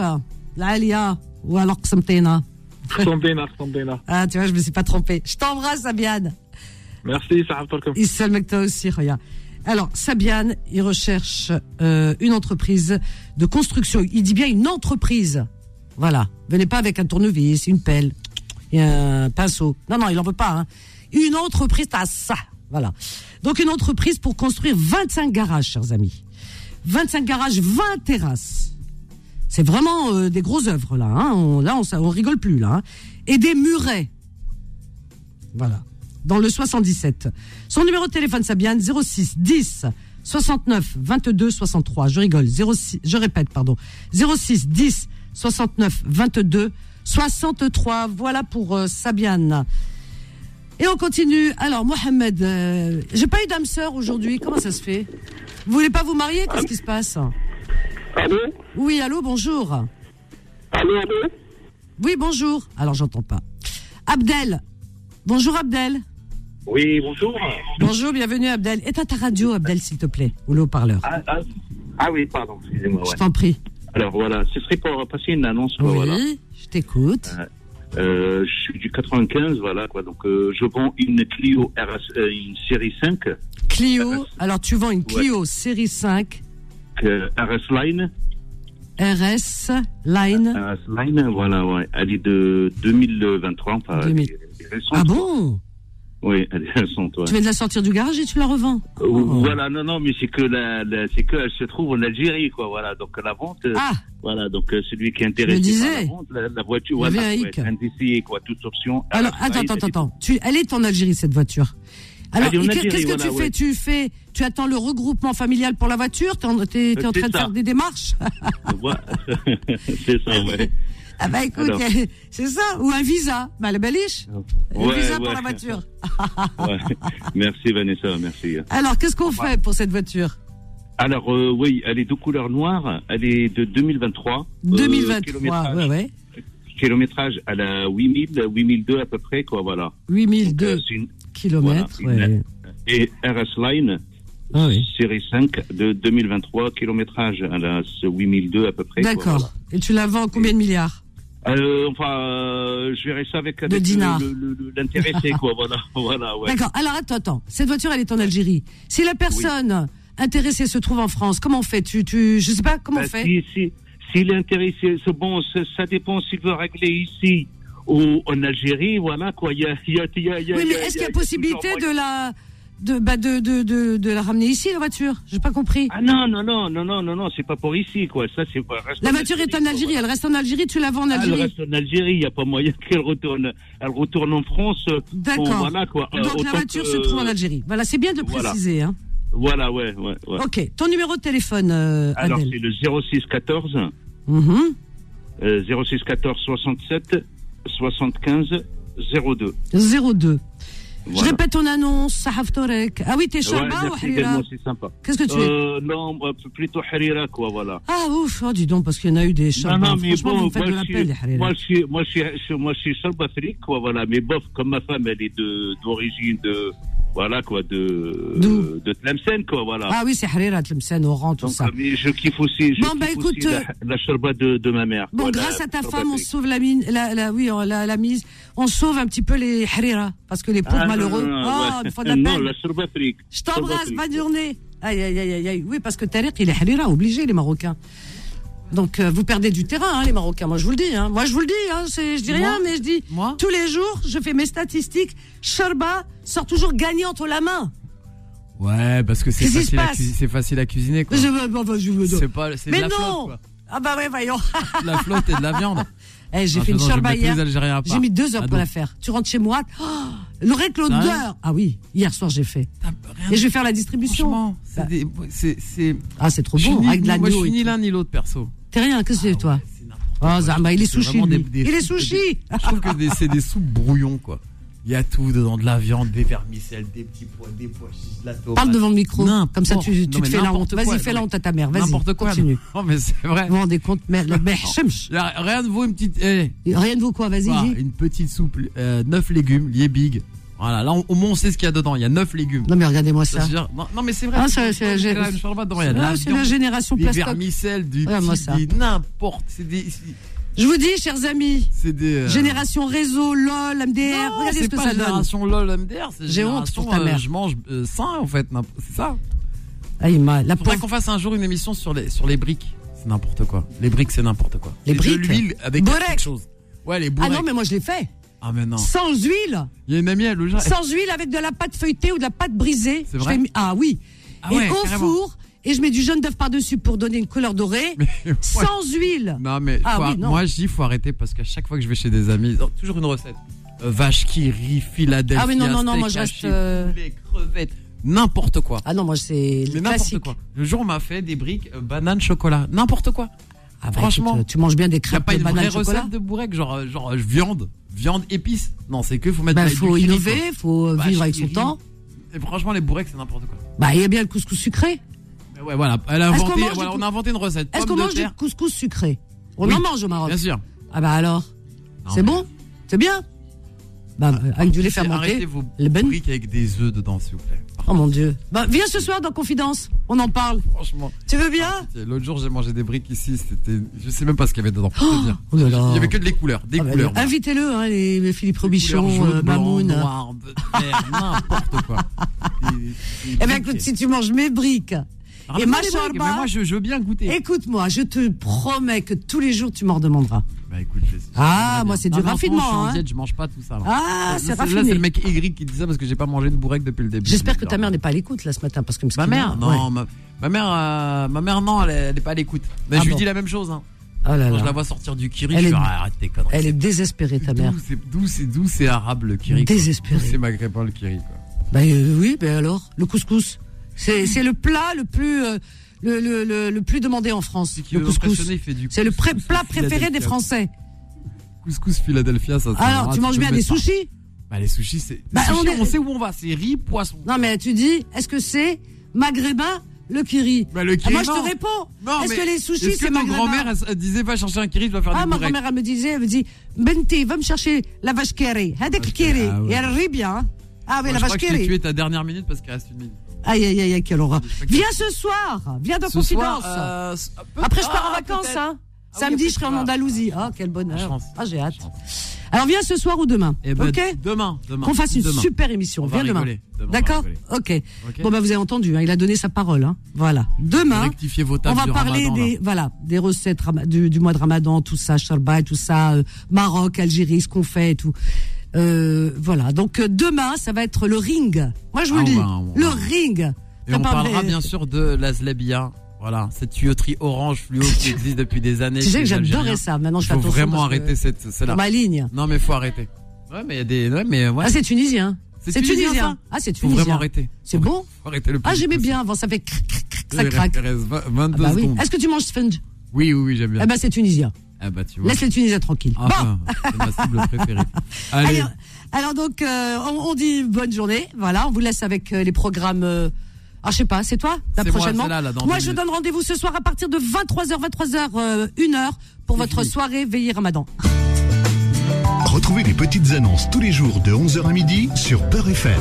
Speaker 3: l'Alia ou alors Qsamtena.
Speaker 15: Ressentez-la, ressentez-la.
Speaker 3: Ah, tu vois, je me suis pas trompée. Je t'embrasse, Sabiane.
Speaker 15: Merci, ça rapporte comme
Speaker 3: Il s'aime avec toi aussi, Roya. Alors, Sabiane, il recherche euh, une entreprise de construction. Il dit bien une entreprise. Voilà. Venez pas avec un tournevis, une pelle et un pinceau. Non, non, il en veut pas. hein. Une entreprise, t'as ça. Voilà. Donc, une entreprise pour construire 25 garages, chers amis. 25 garages, 20 terrasses. C'est vraiment euh, des grosses œuvres, là. hein. On, là, on, s- on rigole plus, là. hein. Et des murets. Voilà. Dans le 77. Son numéro de téléphone, Sabiane, 06 10 69 22 63. Je rigole. 06, je répète, pardon. 06 10 69 22 63. Voilà pour euh, Sabiane. Et on continue. Alors, Mohamed, euh, j'ai pas eu d'âme sœur aujourd'hui. Comment ça se fait Vous voulez pas vous marier Qu'est-ce qui se passe
Speaker 16: Allô
Speaker 3: Oui, allô, bonjour.
Speaker 16: Allô, allô
Speaker 3: Oui, bonjour. Alors, j'entends pas. Abdel. Bonjour, Abdel.
Speaker 17: Oui, bonjour.
Speaker 3: Bonjour, bienvenue Abdel. Éteins ta radio Abdel s'il te plaît, ou le haut-parleur.
Speaker 17: Ah, ah, ah oui, pardon, excusez-moi.
Speaker 3: Je
Speaker 17: ouais.
Speaker 3: t'en prie.
Speaker 17: Alors voilà, ce serait pour passer une annonce. quoi,
Speaker 3: Oui,
Speaker 17: voilà.
Speaker 3: je t'écoute.
Speaker 17: Euh, euh, je suis du 95, voilà quoi. Donc euh, je vends une Clio RS, euh, une série 5,
Speaker 3: Clio, alors tu vends une Clio série 5
Speaker 17: euh, RS Line.
Speaker 3: RS Line.
Speaker 17: RS Line, voilà, ouais. Elle est de 2023. Enfin, elle est-
Speaker 3: 2000.
Speaker 17: elle est récente.
Speaker 3: Ah bon
Speaker 17: Oui, elle est récente. ouais.
Speaker 3: Tu viens de la sortir du garage et tu la revends
Speaker 17: Euh,
Speaker 3: Oh.
Speaker 17: Voilà, non, non, mais c'est que la, la- c'est que elle se trouve en Algérie, quoi. Voilà, donc la vente. euh, Voilà, donc euh, celui qui est intéressé par
Speaker 3: Ah. disais.
Speaker 17: la vente, la, la voiture,
Speaker 3: Le
Speaker 17: voilà,
Speaker 3: VAIC.
Speaker 17: ouais, indécis, quoi, Ah, toute option.
Speaker 3: Alors
Speaker 17: RS
Speaker 3: attends
Speaker 17: Line,
Speaker 3: attends attends, attends. Tu elle est en Algérie cette voiture. Alors
Speaker 17: Elle est en
Speaker 3: et qu'est-
Speaker 17: Algérie,
Speaker 3: qu'est-ce que
Speaker 17: voilà,
Speaker 3: tu fais
Speaker 17: ouais.
Speaker 3: Tu fais tu attends le regroupement familial pour la voiture, tu en, t'es- t'es en
Speaker 17: C'est
Speaker 3: train de
Speaker 17: ça.
Speaker 3: faire des démarches
Speaker 17: Voilà. c'est ça, ouais.
Speaker 3: Ah bah écoute,
Speaker 17: Alors.
Speaker 3: c'est ça ou un visa. Bah la baliche. un
Speaker 17: Ouais,
Speaker 3: visa pour
Speaker 17: ouais.
Speaker 3: la voiture.
Speaker 17: Ouais. Merci Vanessa, merci.
Speaker 3: Alors qu'est-ce qu'on fait pour cette voiture
Speaker 17: Alors euh, oui, elle est de couleur noire, elle est de 2023. Euh,
Speaker 3: 2023,
Speaker 17: kilométrage,
Speaker 3: ouais, ouais.
Speaker 17: kilométrage, elle a 8000, 8002 à peu près, quoi, voilà.
Speaker 3: 8002
Speaker 17: C'est une-
Speaker 3: kilomètres,
Speaker 17: voilà,
Speaker 3: ouais.
Speaker 17: Et RS Line,
Speaker 3: Ah
Speaker 17: série 5 de 2023, kilométrage, elle a ce 8002 à peu près. quoi,
Speaker 3: D'accord. Et tu la vends à combien de milliards
Speaker 17: voilà. Euh, enfin, euh, je verrai ça avec, avec le-
Speaker 3: dinars.
Speaker 17: le- le- le- l'intéressé, quoi, voilà, voilà, ouais.
Speaker 3: D'accord. Alors attends, attends. Cette voiture, elle est en Algérie. Si la personne intéressée se trouve en France, comment on fait Tu, tu, je sais pas comment
Speaker 17: Bah,
Speaker 3: on fait.
Speaker 17: si- si- S'il est intéressé, c'est bon, ça, ça dépend s'il veut régler ici ou en Algérie, voilà quoi. Il y a, il y a- il y a- il y a-
Speaker 3: oui,
Speaker 17: il y
Speaker 3: mais
Speaker 17: a-
Speaker 3: est-ce qu'il y a
Speaker 17: toujours
Speaker 3: possibilité
Speaker 17: moyen.
Speaker 3: de la, de, bah, de, de, de, de la ramener ici la voiture J'ai pas compris.
Speaker 17: Ah non, non, non, non, non, non, non, c'est pas pour ici quoi. Ça, c'est pas. reste
Speaker 3: La
Speaker 17: en
Speaker 3: voiture est en Algérie. Elle reste en Algérie. Tu la vends en
Speaker 17: Algérie. Ah, Elle
Speaker 3: Algérie.
Speaker 17: reste en Algérie, il n'y a pas moyen qu'elle retourne. Elle retourne en France. Euh,
Speaker 3: D'accord.
Speaker 17: Bon, voilà quoi. Euh,
Speaker 3: Donc la
Speaker 17: autant
Speaker 3: voiture
Speaker 17: que-
Speaker 3: se trouve en Algérie. Voilà, c'est bien de le
Speaker 17: Voilà.
Speaker 3: préciser. Hein.
Speaker 17: Voilà, ouais, ouais, ouais.
Speaker 3: Ok. Ton numéro de téléphone, euh,
Speaker 17: Alors
Speaker 3: Adèle.
Speaker 17: c'est le 0614
Speaker 3: Mhm.
Speaker 17: euh, 0614 67 75 02.
Speaker 3: 02. Je
Speaker 17: Voilà.
Speaker 3: répète ton annonce, Sahaf Torek. Ah oui, t'es
Speaker 17: Ouais,
Speaker 3: Sharba ou
Speaker 17: merci
Speaker 3: Harira
Speaker 17: également, c'est sympa.
Speaker 3: Qu'est-ce que tu
Speaker 17: euh, Non, euh, plutôt Harira, quoi, voilà.
Speaker 3: Ah ouf, oh, dis donc, parce qu'il y en a eu des Sharba.
Speaker 17: non, non, mais
Speaker 3: Franchement,
Speaker 17: bon,
Speaker 3: vous me faites de
Speaker 17: moi,
Speaker 3: la
Speaker 17: je
Speaker 3: peine, les
Speaker 17: suis-
Speaker 3: Harira.
Speaker 17: moi, je suis, moi, je suis, je suis- moi, je suis Sharb Afrique, quoi, voilà. Mais bof, comme ma femme, elle est de, d'origine de, voilà, quoi, de, de Tlemcen, quoi, voilà.
Speaker 3: Ah oui, c'est Harira, Tlemcen, Oran, tout
Speaker 17: Donc,
Speaker 3: ça.
Speaker 17: euh, mais je kiffe aussi, je
Speaker 3: Bon,
Speaker 17: kiffe
Speaker 3: bah, écoute,
Speaker 17: aussi la,
Speaker 3: euh,
Speaker 17: la Sharba de, de ma mère.
Speaker 3: Bon,
Speaker 17: voilà,
Speaker 3: grâce à ta
Speaker 17: Sharba
Speaker 3: femme, on
Speaker 17: Afrique.
Speaker 3: sauve la mine, la, la, oui, on- la, la mise, on sauve un petit peu les Harira, parce que les pauvres
Speaker 17: Ah, non,
Speaker 3: malheureux.
Speaker 17: non, non,
Speaker 3: oh,
Speaker 17: ouais.
Speaker 3: ils me font de la
Speaker 17: Non,
Speaker 3: peine.
Speaker 17: la Sharba Afrique.
Speaker 3: Je
Speaker 17: Sharba
Speaker 3: t'embrasse,
Speaker 17: Afrique.
Speaker 3: bonne journée. Aïe, aïe, aïe, aïe, aïe. Oui, parce que Tariq, il est Harira, obligé, les Marocains. Donc, euh, vous perdez du terrain, hein, les Marocains. Moi, je vous le dis. Hein. Moi, je vous le dis. Hein. C'est- Je dis
Speaker 4: Moi
Speaker 3: rien, mais je dis. tous les jours, je fais mes statistiques. Sharba sort toujours gagnant entre la main.
Speaker 4: Ouais, parce que c'est
Speaker 3: Qu'est-ce qui se
Speaker 4: facile, à
Speaker 3: passe
Speaker 4: cuis- c'est facile à cuisiner, quoi.
Speaker 3: Je veux- bah, bah, je veux-
Speaker 4: C'est pas- c'est de
Speaker 3: Mais
Speaker 4: la
Speaker 3: non
Speaker 4: flotte, quoi.
Speaker 3: Ah, bah ouais, voyons.
Speaker 4: De la flotte et de la viande.
Speaker 3: Eh, j'ai
Speaker 4: Ah,
Speaker 3: fait une
Speaker 4: non, je
Speaker 3: Sharba
Speaker 4: mets tous
Speaker 3: hier.
Speaker 4: les Algériens à
Speaker 3: J'ai
Speaker 4: part.
Speaker 3: mis deux heures
Speaker 4: Ah,
Speaker 3: pour la
Speaker 4: donc.
Speaker 3: faire. Tu rentres chez moi. Oh, le règle
Speaker 4: Sérieux
Speaker 3: l'odeur. Ah oui, hier soir, j'ai fait. Et je vais faire la distribution.
Speaker 4: C'est des- c'est- c'est-
Speaker 3: Ah, c'est trop
Speaker 4: Je suis
Speaker 3: bon.
Speaker 4: ni-
Speaker 3: Avec de
Speaker 4: moi, je
Speaker 3: l'agneau.
Speaker 4: suis
Speaker 3: et
Speaker 4: ni
Speaker 3: tout.
Speaker 4: l'un ni l'autre, perso.
Speaker 3: T'es rien, qu'est-ce que c'est, toi Ah, Zama, il est
Speaker 4: C'est
Speaker 3: sushi.
Speaker 4: vraiment
Speaker 3: lui.
Speaker 4: des- des
Speaker 3: Il est
Speaker 4: soupes-
Speaker 3: sushi
Speaker 4: Je trouve que des- c'est des soupes brouillons, quoi. Il y a tout dedans, de la viande, des vermicelles, des petits pois, des pois chiches, de la tomate.
Speaker 3: Parle devant le micro.
Speaker 4: N'importe-
Speaker 3: Comme ça, tu,
Speaker 4: Non,
Speaker 3: tu te
Speaker 4: mais
Speaker 3: fais la
Speaker 4: n'importe
Speaker 3: honte. Vas-y,
Speaker 4: quoi, non,
Speaker 3: fais la
Speaker 4: mais
Speaker 3: honte à ta mère. Vas-y,
Speaker 4: N'importe quoi.
Speaker 3: continue.
Speaker 4: Non, mais c'est vrai.
Speaker 3: Vous vous rendez compte, mais le mais chemch.
Speaker 4: Là, Rien ne vaut une petite. eh.
Speaker 3: Rien ne vaut quoi, vas-y.
Speaker 4: Voilà,
Speaker 3: dis.
Speaker 4: une petite soupe, 9 légumes, liés big. Voilà, là, on- au moins, on sait ce qu'il y a dedans. Il y a 9 légumes.
Speaker 3: Non, mais regardez-moi
Speaker 4: Ça,
Speaker 3: ça.
Speaker 4: c'est genre- non, non, mais c'est vrai.
Speaker 3: Ah, ça,
Speaker 4: Non,
Speaker 3: c'est- j'ai-
Speaker 4: quand même, je parle pas dedans, il y a de
Speaker 3: Ah, c'est la
Speaker 4: viande,
Speaker 3: génération
Speaker 4: des
Speaker 3: plastoc.
Speaker 4: vermicelles, du
Speaker 3: Regarde-moi
Speaker 4: petit-
Speaker 3: ça.
Speaker 4: des n'importe. C'est des.
Speaker 3: Je vous dis, chers amis,
Speaker 4: C'est des. euh,
Speaker 3: génération réseau, LOL, MDR,
Speaker 4: Non,
Speaker 3: regardez
Speaker 4: c'est
Speaker 3: ce que
Speaker 4: pas
Speaker 3: ça
Speaker 4: génération
Speaker 3: donne.
Speaker 4: LOL MDR, c'est
Speaker 3: J'ai honte pour
Speaker 4: génération,
Speaker 3: ta
Speaker 4: euh,
Speaker 3: mère.
Speaker 4: je mange euh, sain en fait, n'importe- c'est ça.
Speaker 3: Ah, il m'a- la
Speaker 4: Faudrait
Speaker 3: pauvre-
Speaker 4: qu'on fasse un jour une émission sur les sur les briques. C'est n'importe quoi. Les briques, c'est n'importe quoi.
Speaker 3: Les
Speaker 4: C'est de
Speaker 3: briques
Speaker 4: l'huile avec
Speaker 3: Borek.
Speaker 4: quelque chose. Ouais, les
Speaker 3: Ah
Speaker 4: bourrées.
Speaker 3: non, mais moi, je l'ai fait.
Speaker 4: Ah mais non.
Speaker 3: Sans huile.
Speaker 4: Il y a une amie, elle le genre-
Speaker 3: Sans huile, avec de la pâte feuilletée ou de la pâte brisée.
Speaker 4: C'est
Speaker 3: Je
Speaker 4: vrai
Speaker 3: fais mi- Ah oui.
Speaker 4: Ah
Speaker 3: et
Speaker 4: ouais,
Speaker 3: au
Speaker 4: carrément.
Speaker 3: four, et je mets du jaune d'œuf par-dessus pour donner une couleur dorée. Sans huile.
Speaker 4: Non mais
Speaker 3: Ah
Speaker 4: faut-
Speaker 3: oui, non.
Speaker 4: moi je dis faut arrêter parce qu'à chaque fois que je vais chez des amis, ils ont toujours une recette. Euh, vache qui rit, Philadelphie.
Speaker 3: Ah oui, non, non, non, moi je reste. euh,
Speaker 4: crevettes, n'importe quoi.
Speaker 3: Ah non, moi c'est
Speaker 4: Mais n'importe
Speaker 3: classique.
Speaker 4: quoi. Le jour on m'a fait des briques euh, banane chocolat, n'importe quoi.
Speaker 3: Ah bah,
Speaker 4: Franchement,
Speaker 3: écoute, tu manges bien
Speaker 4: y
Speaker 3: des
Speaker 4: a
Speaker 3: crêpes
Speaker 4: pas
Speaker 3: de
Speaker 4: une
Speaker 3: banane
Speaker 4: vraie
Speaker 3: chocolat.
Speaker 4: recette de bourrec genre euh, genre euh, viande, viande épice. Non, c'est que faut mettre
Speaker 3: Bah,
Speaker 4: de la-
Speaker 3: faut
Speaker 4: du curry,
Speaker 3: innover,
Speaker 4: quoi.
Speaker 3: faut euh,
Speaker 4: Vache
Speaker 3: vivre avec
Speaker 4: qui
Speaker 3: son
Speaker 4: rit.
Speaker 3: temps.
Speaker 4: Et franchement les bourrecs c'est n'importe quoi.
Speaker 3: Bah, il y a bien le couscous sucré.
Speaker 4: Mais ouais voilà, elle a
Speaker 3: Est-ce qu'on
Speaker 4: inventé
Speaker 3: mange du
Speaker 4: voilà,
Speaker 3: cou-
Speaker 4: on a inventé une recette.
Speaker 3: Est-ce
Speaker 4: Pommes
Speaker 3: qu'on
Speaker 4: de
Speaker 3: mange du
Speaker 4: terre.
Speaker 3: couscous sucré On
Speaker 4: Oui,
Speaker 3: en mange au Maroc.
Speaker 4: Bien sûr.
Speaker 3: Ah bah alors
Speaker 4: Non,
Speaker 3: C'est
Speaker 4: mais- Ah,
Speaker 3: bon C'est bien Bah, euh, avec du lait
Speaker 4: Arrêtez
Speaker 3: fermenté.
Speaker 4: vos briques avec des œufs dedans s'il vous plaît.
Speaker 3: Oh mon dieu. Bah, viens ce soir dans Confidence, on en parle.
Speaker 4: Franchement.
Speaker 3: Tu veux bien
Speaker 4: Tiens, Ah, L'autre jour, j'ai mangé des briques ici. C'était, je sais même pas ce qu'il y avait dedans. pour te
Speaker 3: Oh,
Speaker 4: dire.
Speaker 3: oh là là. Ah, bah,
Speaker 4: Il y avait que des couleurs, des couleurs. voilà.
Speaker 3: Invitez-le, hein, les, les Philippe Robichon,
Speaker 4: couleurs
Speaker 3: euh,
Speaker 4: jaune, blanc,
Speaker 3: Mamoun.
Speaker 4: noir, vert, n'importe quoi.
Speaker 3: Eh bien, écoute, si tu manges mes briques et
Speaker 4: Ramène-moi
Speaker 3: ma
Speaker 4: des briques,
Speaker 3: shorba,
Speaker 4: mais moi, je- veux bien goûter.
Speaker 3: Écoute-moi, je te promets que tous les jours, tu m'en demanderas.
Speaker 4: Bah écoute, je-
Speaker 3: Ah, moi, c'est
Speaker 4: Non,
Speaker 3: du
Speaker 4: mais en ce moment, Je suis en
Speaker 3: raffinement. hein.
Speaker 4: diète, je mange pas tout ça. là.
Speaker 3: Ah,
Speaker 4: Là,
Speaker 3: c'est
Speaker 4: Là,
Speaker 3: raffiné.
Speaker 4: c'est le mec aigri qui dit ça parce que j'ai pas mangé de bourrec depuis le début.
Speaker 3: J'espère que ta mère n'est pas à l'écoute là ce matin parce que
Speaker 4: Ma mère,
Speaker 3: Ouais.
Speaker 4: non, ma, ma mère, euh, ma mère, non, elle, est- elle est pas à l'écoute. Mais
Speaker 3: Ah
Speaker 4: je lui
Speaker 3: bon.
Speaker 4: dis la même chose. Hein.
Speaker 3: Ah là
Speaker 4: Quand
Speaker 3: là.
Speaker 4: je la vois sortir du kiri,
Speaker 3: Elle
Speaker 4: je
Speaker 3: est-
Speaker 4: suis arrête tes conneries.
Speaker 3: Elle est désespérée ta mère.
Speaker 4: D'où c'est d'où c'est- d'où c'est arabe le kiri. quoi.
Speaker 3: Désespéré.
Speaker 4: D'où C'est maghrébin le kiri. Quoi.
Speaker 3: Bah euh, oui, ben alors le couscous, c'est c'est le plat le plus euh, le, le, le, le plus demandé en France.
Speaker 4: qui
Speaker 3: Le
Speaker 4: veut
Speaker 3: couscous.
Speaker 4: impressionner, il fait du
Speaker 3: C'est le pré-
Speaker 4: couscous
Speaker 3: plat
Speaker 4: au
Speaker 3: préféré des
Speaker 4: Philadelphia.
Speaker 3: Français.
Speaker 4: Couscous Philadelphia, ça. ça
Speaker 3: Alors
Speaker 4: va,
Speaker 3: tu manges
Speaker 4: peux
Speaker 3: bien
Speaker 4: le
Speaker 3: des
Speaker 4: mettre par-
Speaker 3: sushis
Speaker 4: Bah les sushis, c'est.
Speaker 3: Bah,
Speaker 4: les sushis,
Speaker 3: on est-
Speaker 4: on, sait où on va. C'est riz, poisson.
Speaker 3: Non mais tu dis, est-ce que c'est maghrébin le kiri
Speaker 4: Bah, le
Speaker 3: Ah,
Speaker 4: kiri,
Speaker 3: Moi je
Speaker 4: non.
Speaker 3: te réponds.
Speaker 4: Non,
Speaker 3: Est-ce
Speaker 4: mais
Speaker 3: que les sushis
Speaker 4: est-ce que
Speaker 3: c'est
Speaker 4: ma
Speaker 3: maghrébin
Speaker 4: grand-mère elle, elle disait va chercher un kiri, tu vas faire
Speaker 3: Ah,
Speaker 4: des
Speaker 3: ma
Speaker 4: bourrecs.
Speaker 3: grand-mère, elle me disait, elle me dit, Benti, va me chercher la vache kéré. Hadek kéré.
Speaker 4: ah ouais.
Speaker 3: Et elle rit bien. hein. Ah, mais
Speaker 4: Moi,
Speaker 3: la
Speaker 4: je
Speaker 3: vache
Speaker 4: crois que je t'ai
Speaker 3: kéré.
Speaker 4: tué ta dernière minute parce qu'il reste une minute.
Speaker 3: Aïe, aïe, aïe, aïe, quelle horreur. Viens ce soir. Viens dans
Speaker 4: Ce soir,
Speaker 3: Confidence.
Speaker 4: euh, s- peu-
Speaker 3: Après, je pars en
Speaker 4: Ah,
Speaker 3: vacances.
Speaker 4: peut-être. Ah
Speaker 3: Hein.
Speaker 4: oui,
Speaker 3: Samedi,
Speaker 4: après,
Speaker 3: je serai
Speaker 4: tu
Speaker 3: en
Speaker 4: pars.
Speaker 3: Andalousie. Ah, quel
Speaker 4: Ah,
Speaker 3: bonheur.
Speaker 4: chance.
Speaker 3: Ah, j'ai hâte. Alors, viens ce soir ou demain.
Speaker 4: Eh ben,
Speaker 3: ok
Speaker 4: demain, demain,
Speaker 3: Qu'on fasse une
Speaker 4: demain.
Speaker 3: super émission.
Speaker 4: On va
Speaker 3: Viens demain.
Speaker 4: rigoler. Demain, on va
Speaker 3: D'accord
Speaker 4: rigoler.
Speaker 3: ok.
Speaker 4: Ok.
Speaker 3: Bon, bah, vous avez entendu. hein, Il a donné sa parole. hein. Voilà. Demain.
Speaker 4: Rectifiez vos tables
Speaker 3: On va
Speaker 4: du
Speaker 3: parler
Speaker 4: ramadan,
Speaker 3: des
Speaker 4: là.
Speaker 3: voilà des recettes rama- du, du mois de Ramadan, tout ça, charba, tout ça, euh, Maroc, Algérie, ce qu'on fait et tout. Euh, voilà. Donc euh, demain, ça va être le ring. Moi, je vous
Speaker 4: Ah,
Speaker 3: le
Speaker 4: on
Speaker 3: dis,
Speaker 4: va- on va-
Speaker 3: le ring.
Speaker 4: Et
Speaker 3: Ça
Speaker 4: on
Speaker 3: parle-
Speaker 4: parlera bien sûr de l'Azlabia. Voilà, cette tuyauterie orange fluo qui existe depuis des années.
Speaker 3: Tu sais
Speaker 4: chez
Speaker 3: que
Speaker 4: les
Speaker 3: j'adorais
Speaker 4: Algériens.
Speaker 3: ça. Maintenant, je fais
Speaker 4: faut
Speaker 3: attention
Speaker 4: vraiment
Speaker 3: parce que-
Speaker 4: arrêter cette, celle-là.
Speaker 3: Pour ma ligne.
Speaker 4: Non, mais faut arrêter. Ouais, mais il y a des. Ouais, mais ouais.
Speaker 3: Ah, c'est tunisien.
Speaker 4: C'est
Speaker 3: C'est
Speaker 4: tunisien,
Speaker 3: tunisien.
Speaker 4: ça
Speaker 3: Ah, c'est
Speaker 4: Faut
Speaker 3: tunisien.
Speaker 4: vraiment arrêter.
Speaker 3: C'est bon.
Speaker 4: Faut arrêter le plus
Speaker 3: Ah,
Speaker 4: vite
Speaker 3: j'aimais
Speaker 4: possible.
Speaker 3: bien avant. Ça fait crac, crac, crac, ça
Speaker 4: Il
Speaker 3: craque.
Speaker 4: reste vingt- 22
Speaker 3: Bah oui.
Speaker 4: secondes.
Speaker 3: Est-ce que tu manges sponge
Speaker 4: Oui, oui, oui, j'aime bien.
Speaker 3: Eh ben, c'est tunisien.
Speaker 4: Ah bah tu vois.
Speaker 3: Laisse les Tunisiens tranquilles.
Speaker 4: Ah,
Speaker 3: Bon.
Speaker 4: bah, c'est ma cible préférée. Allez,
Speaker 3: Alors, alors donc, euh, on, on dit bonne journée. Voilà, on vous laisse avec euh, les programmes. euh, ah, je sais pas, c'est toi
Speaker 4: C'est
Speaker 3: Là,
Speaker 4: moi,
Speaker 3: prochainement
Speaker 4: c'est là, là, dans
Speaker 3: Moi,
Speaker 4: deux
Speaker 3: je
Speaker 4: minutes.
Speaker 3: donne rendez-vous ce soir à partir de 23h, 23h, 1h euh, pour votre soirée Veillée Ramadan.
Speaker 2: Retrouvez les petites annonces tous les jours de 11h à midi sur Peur FM.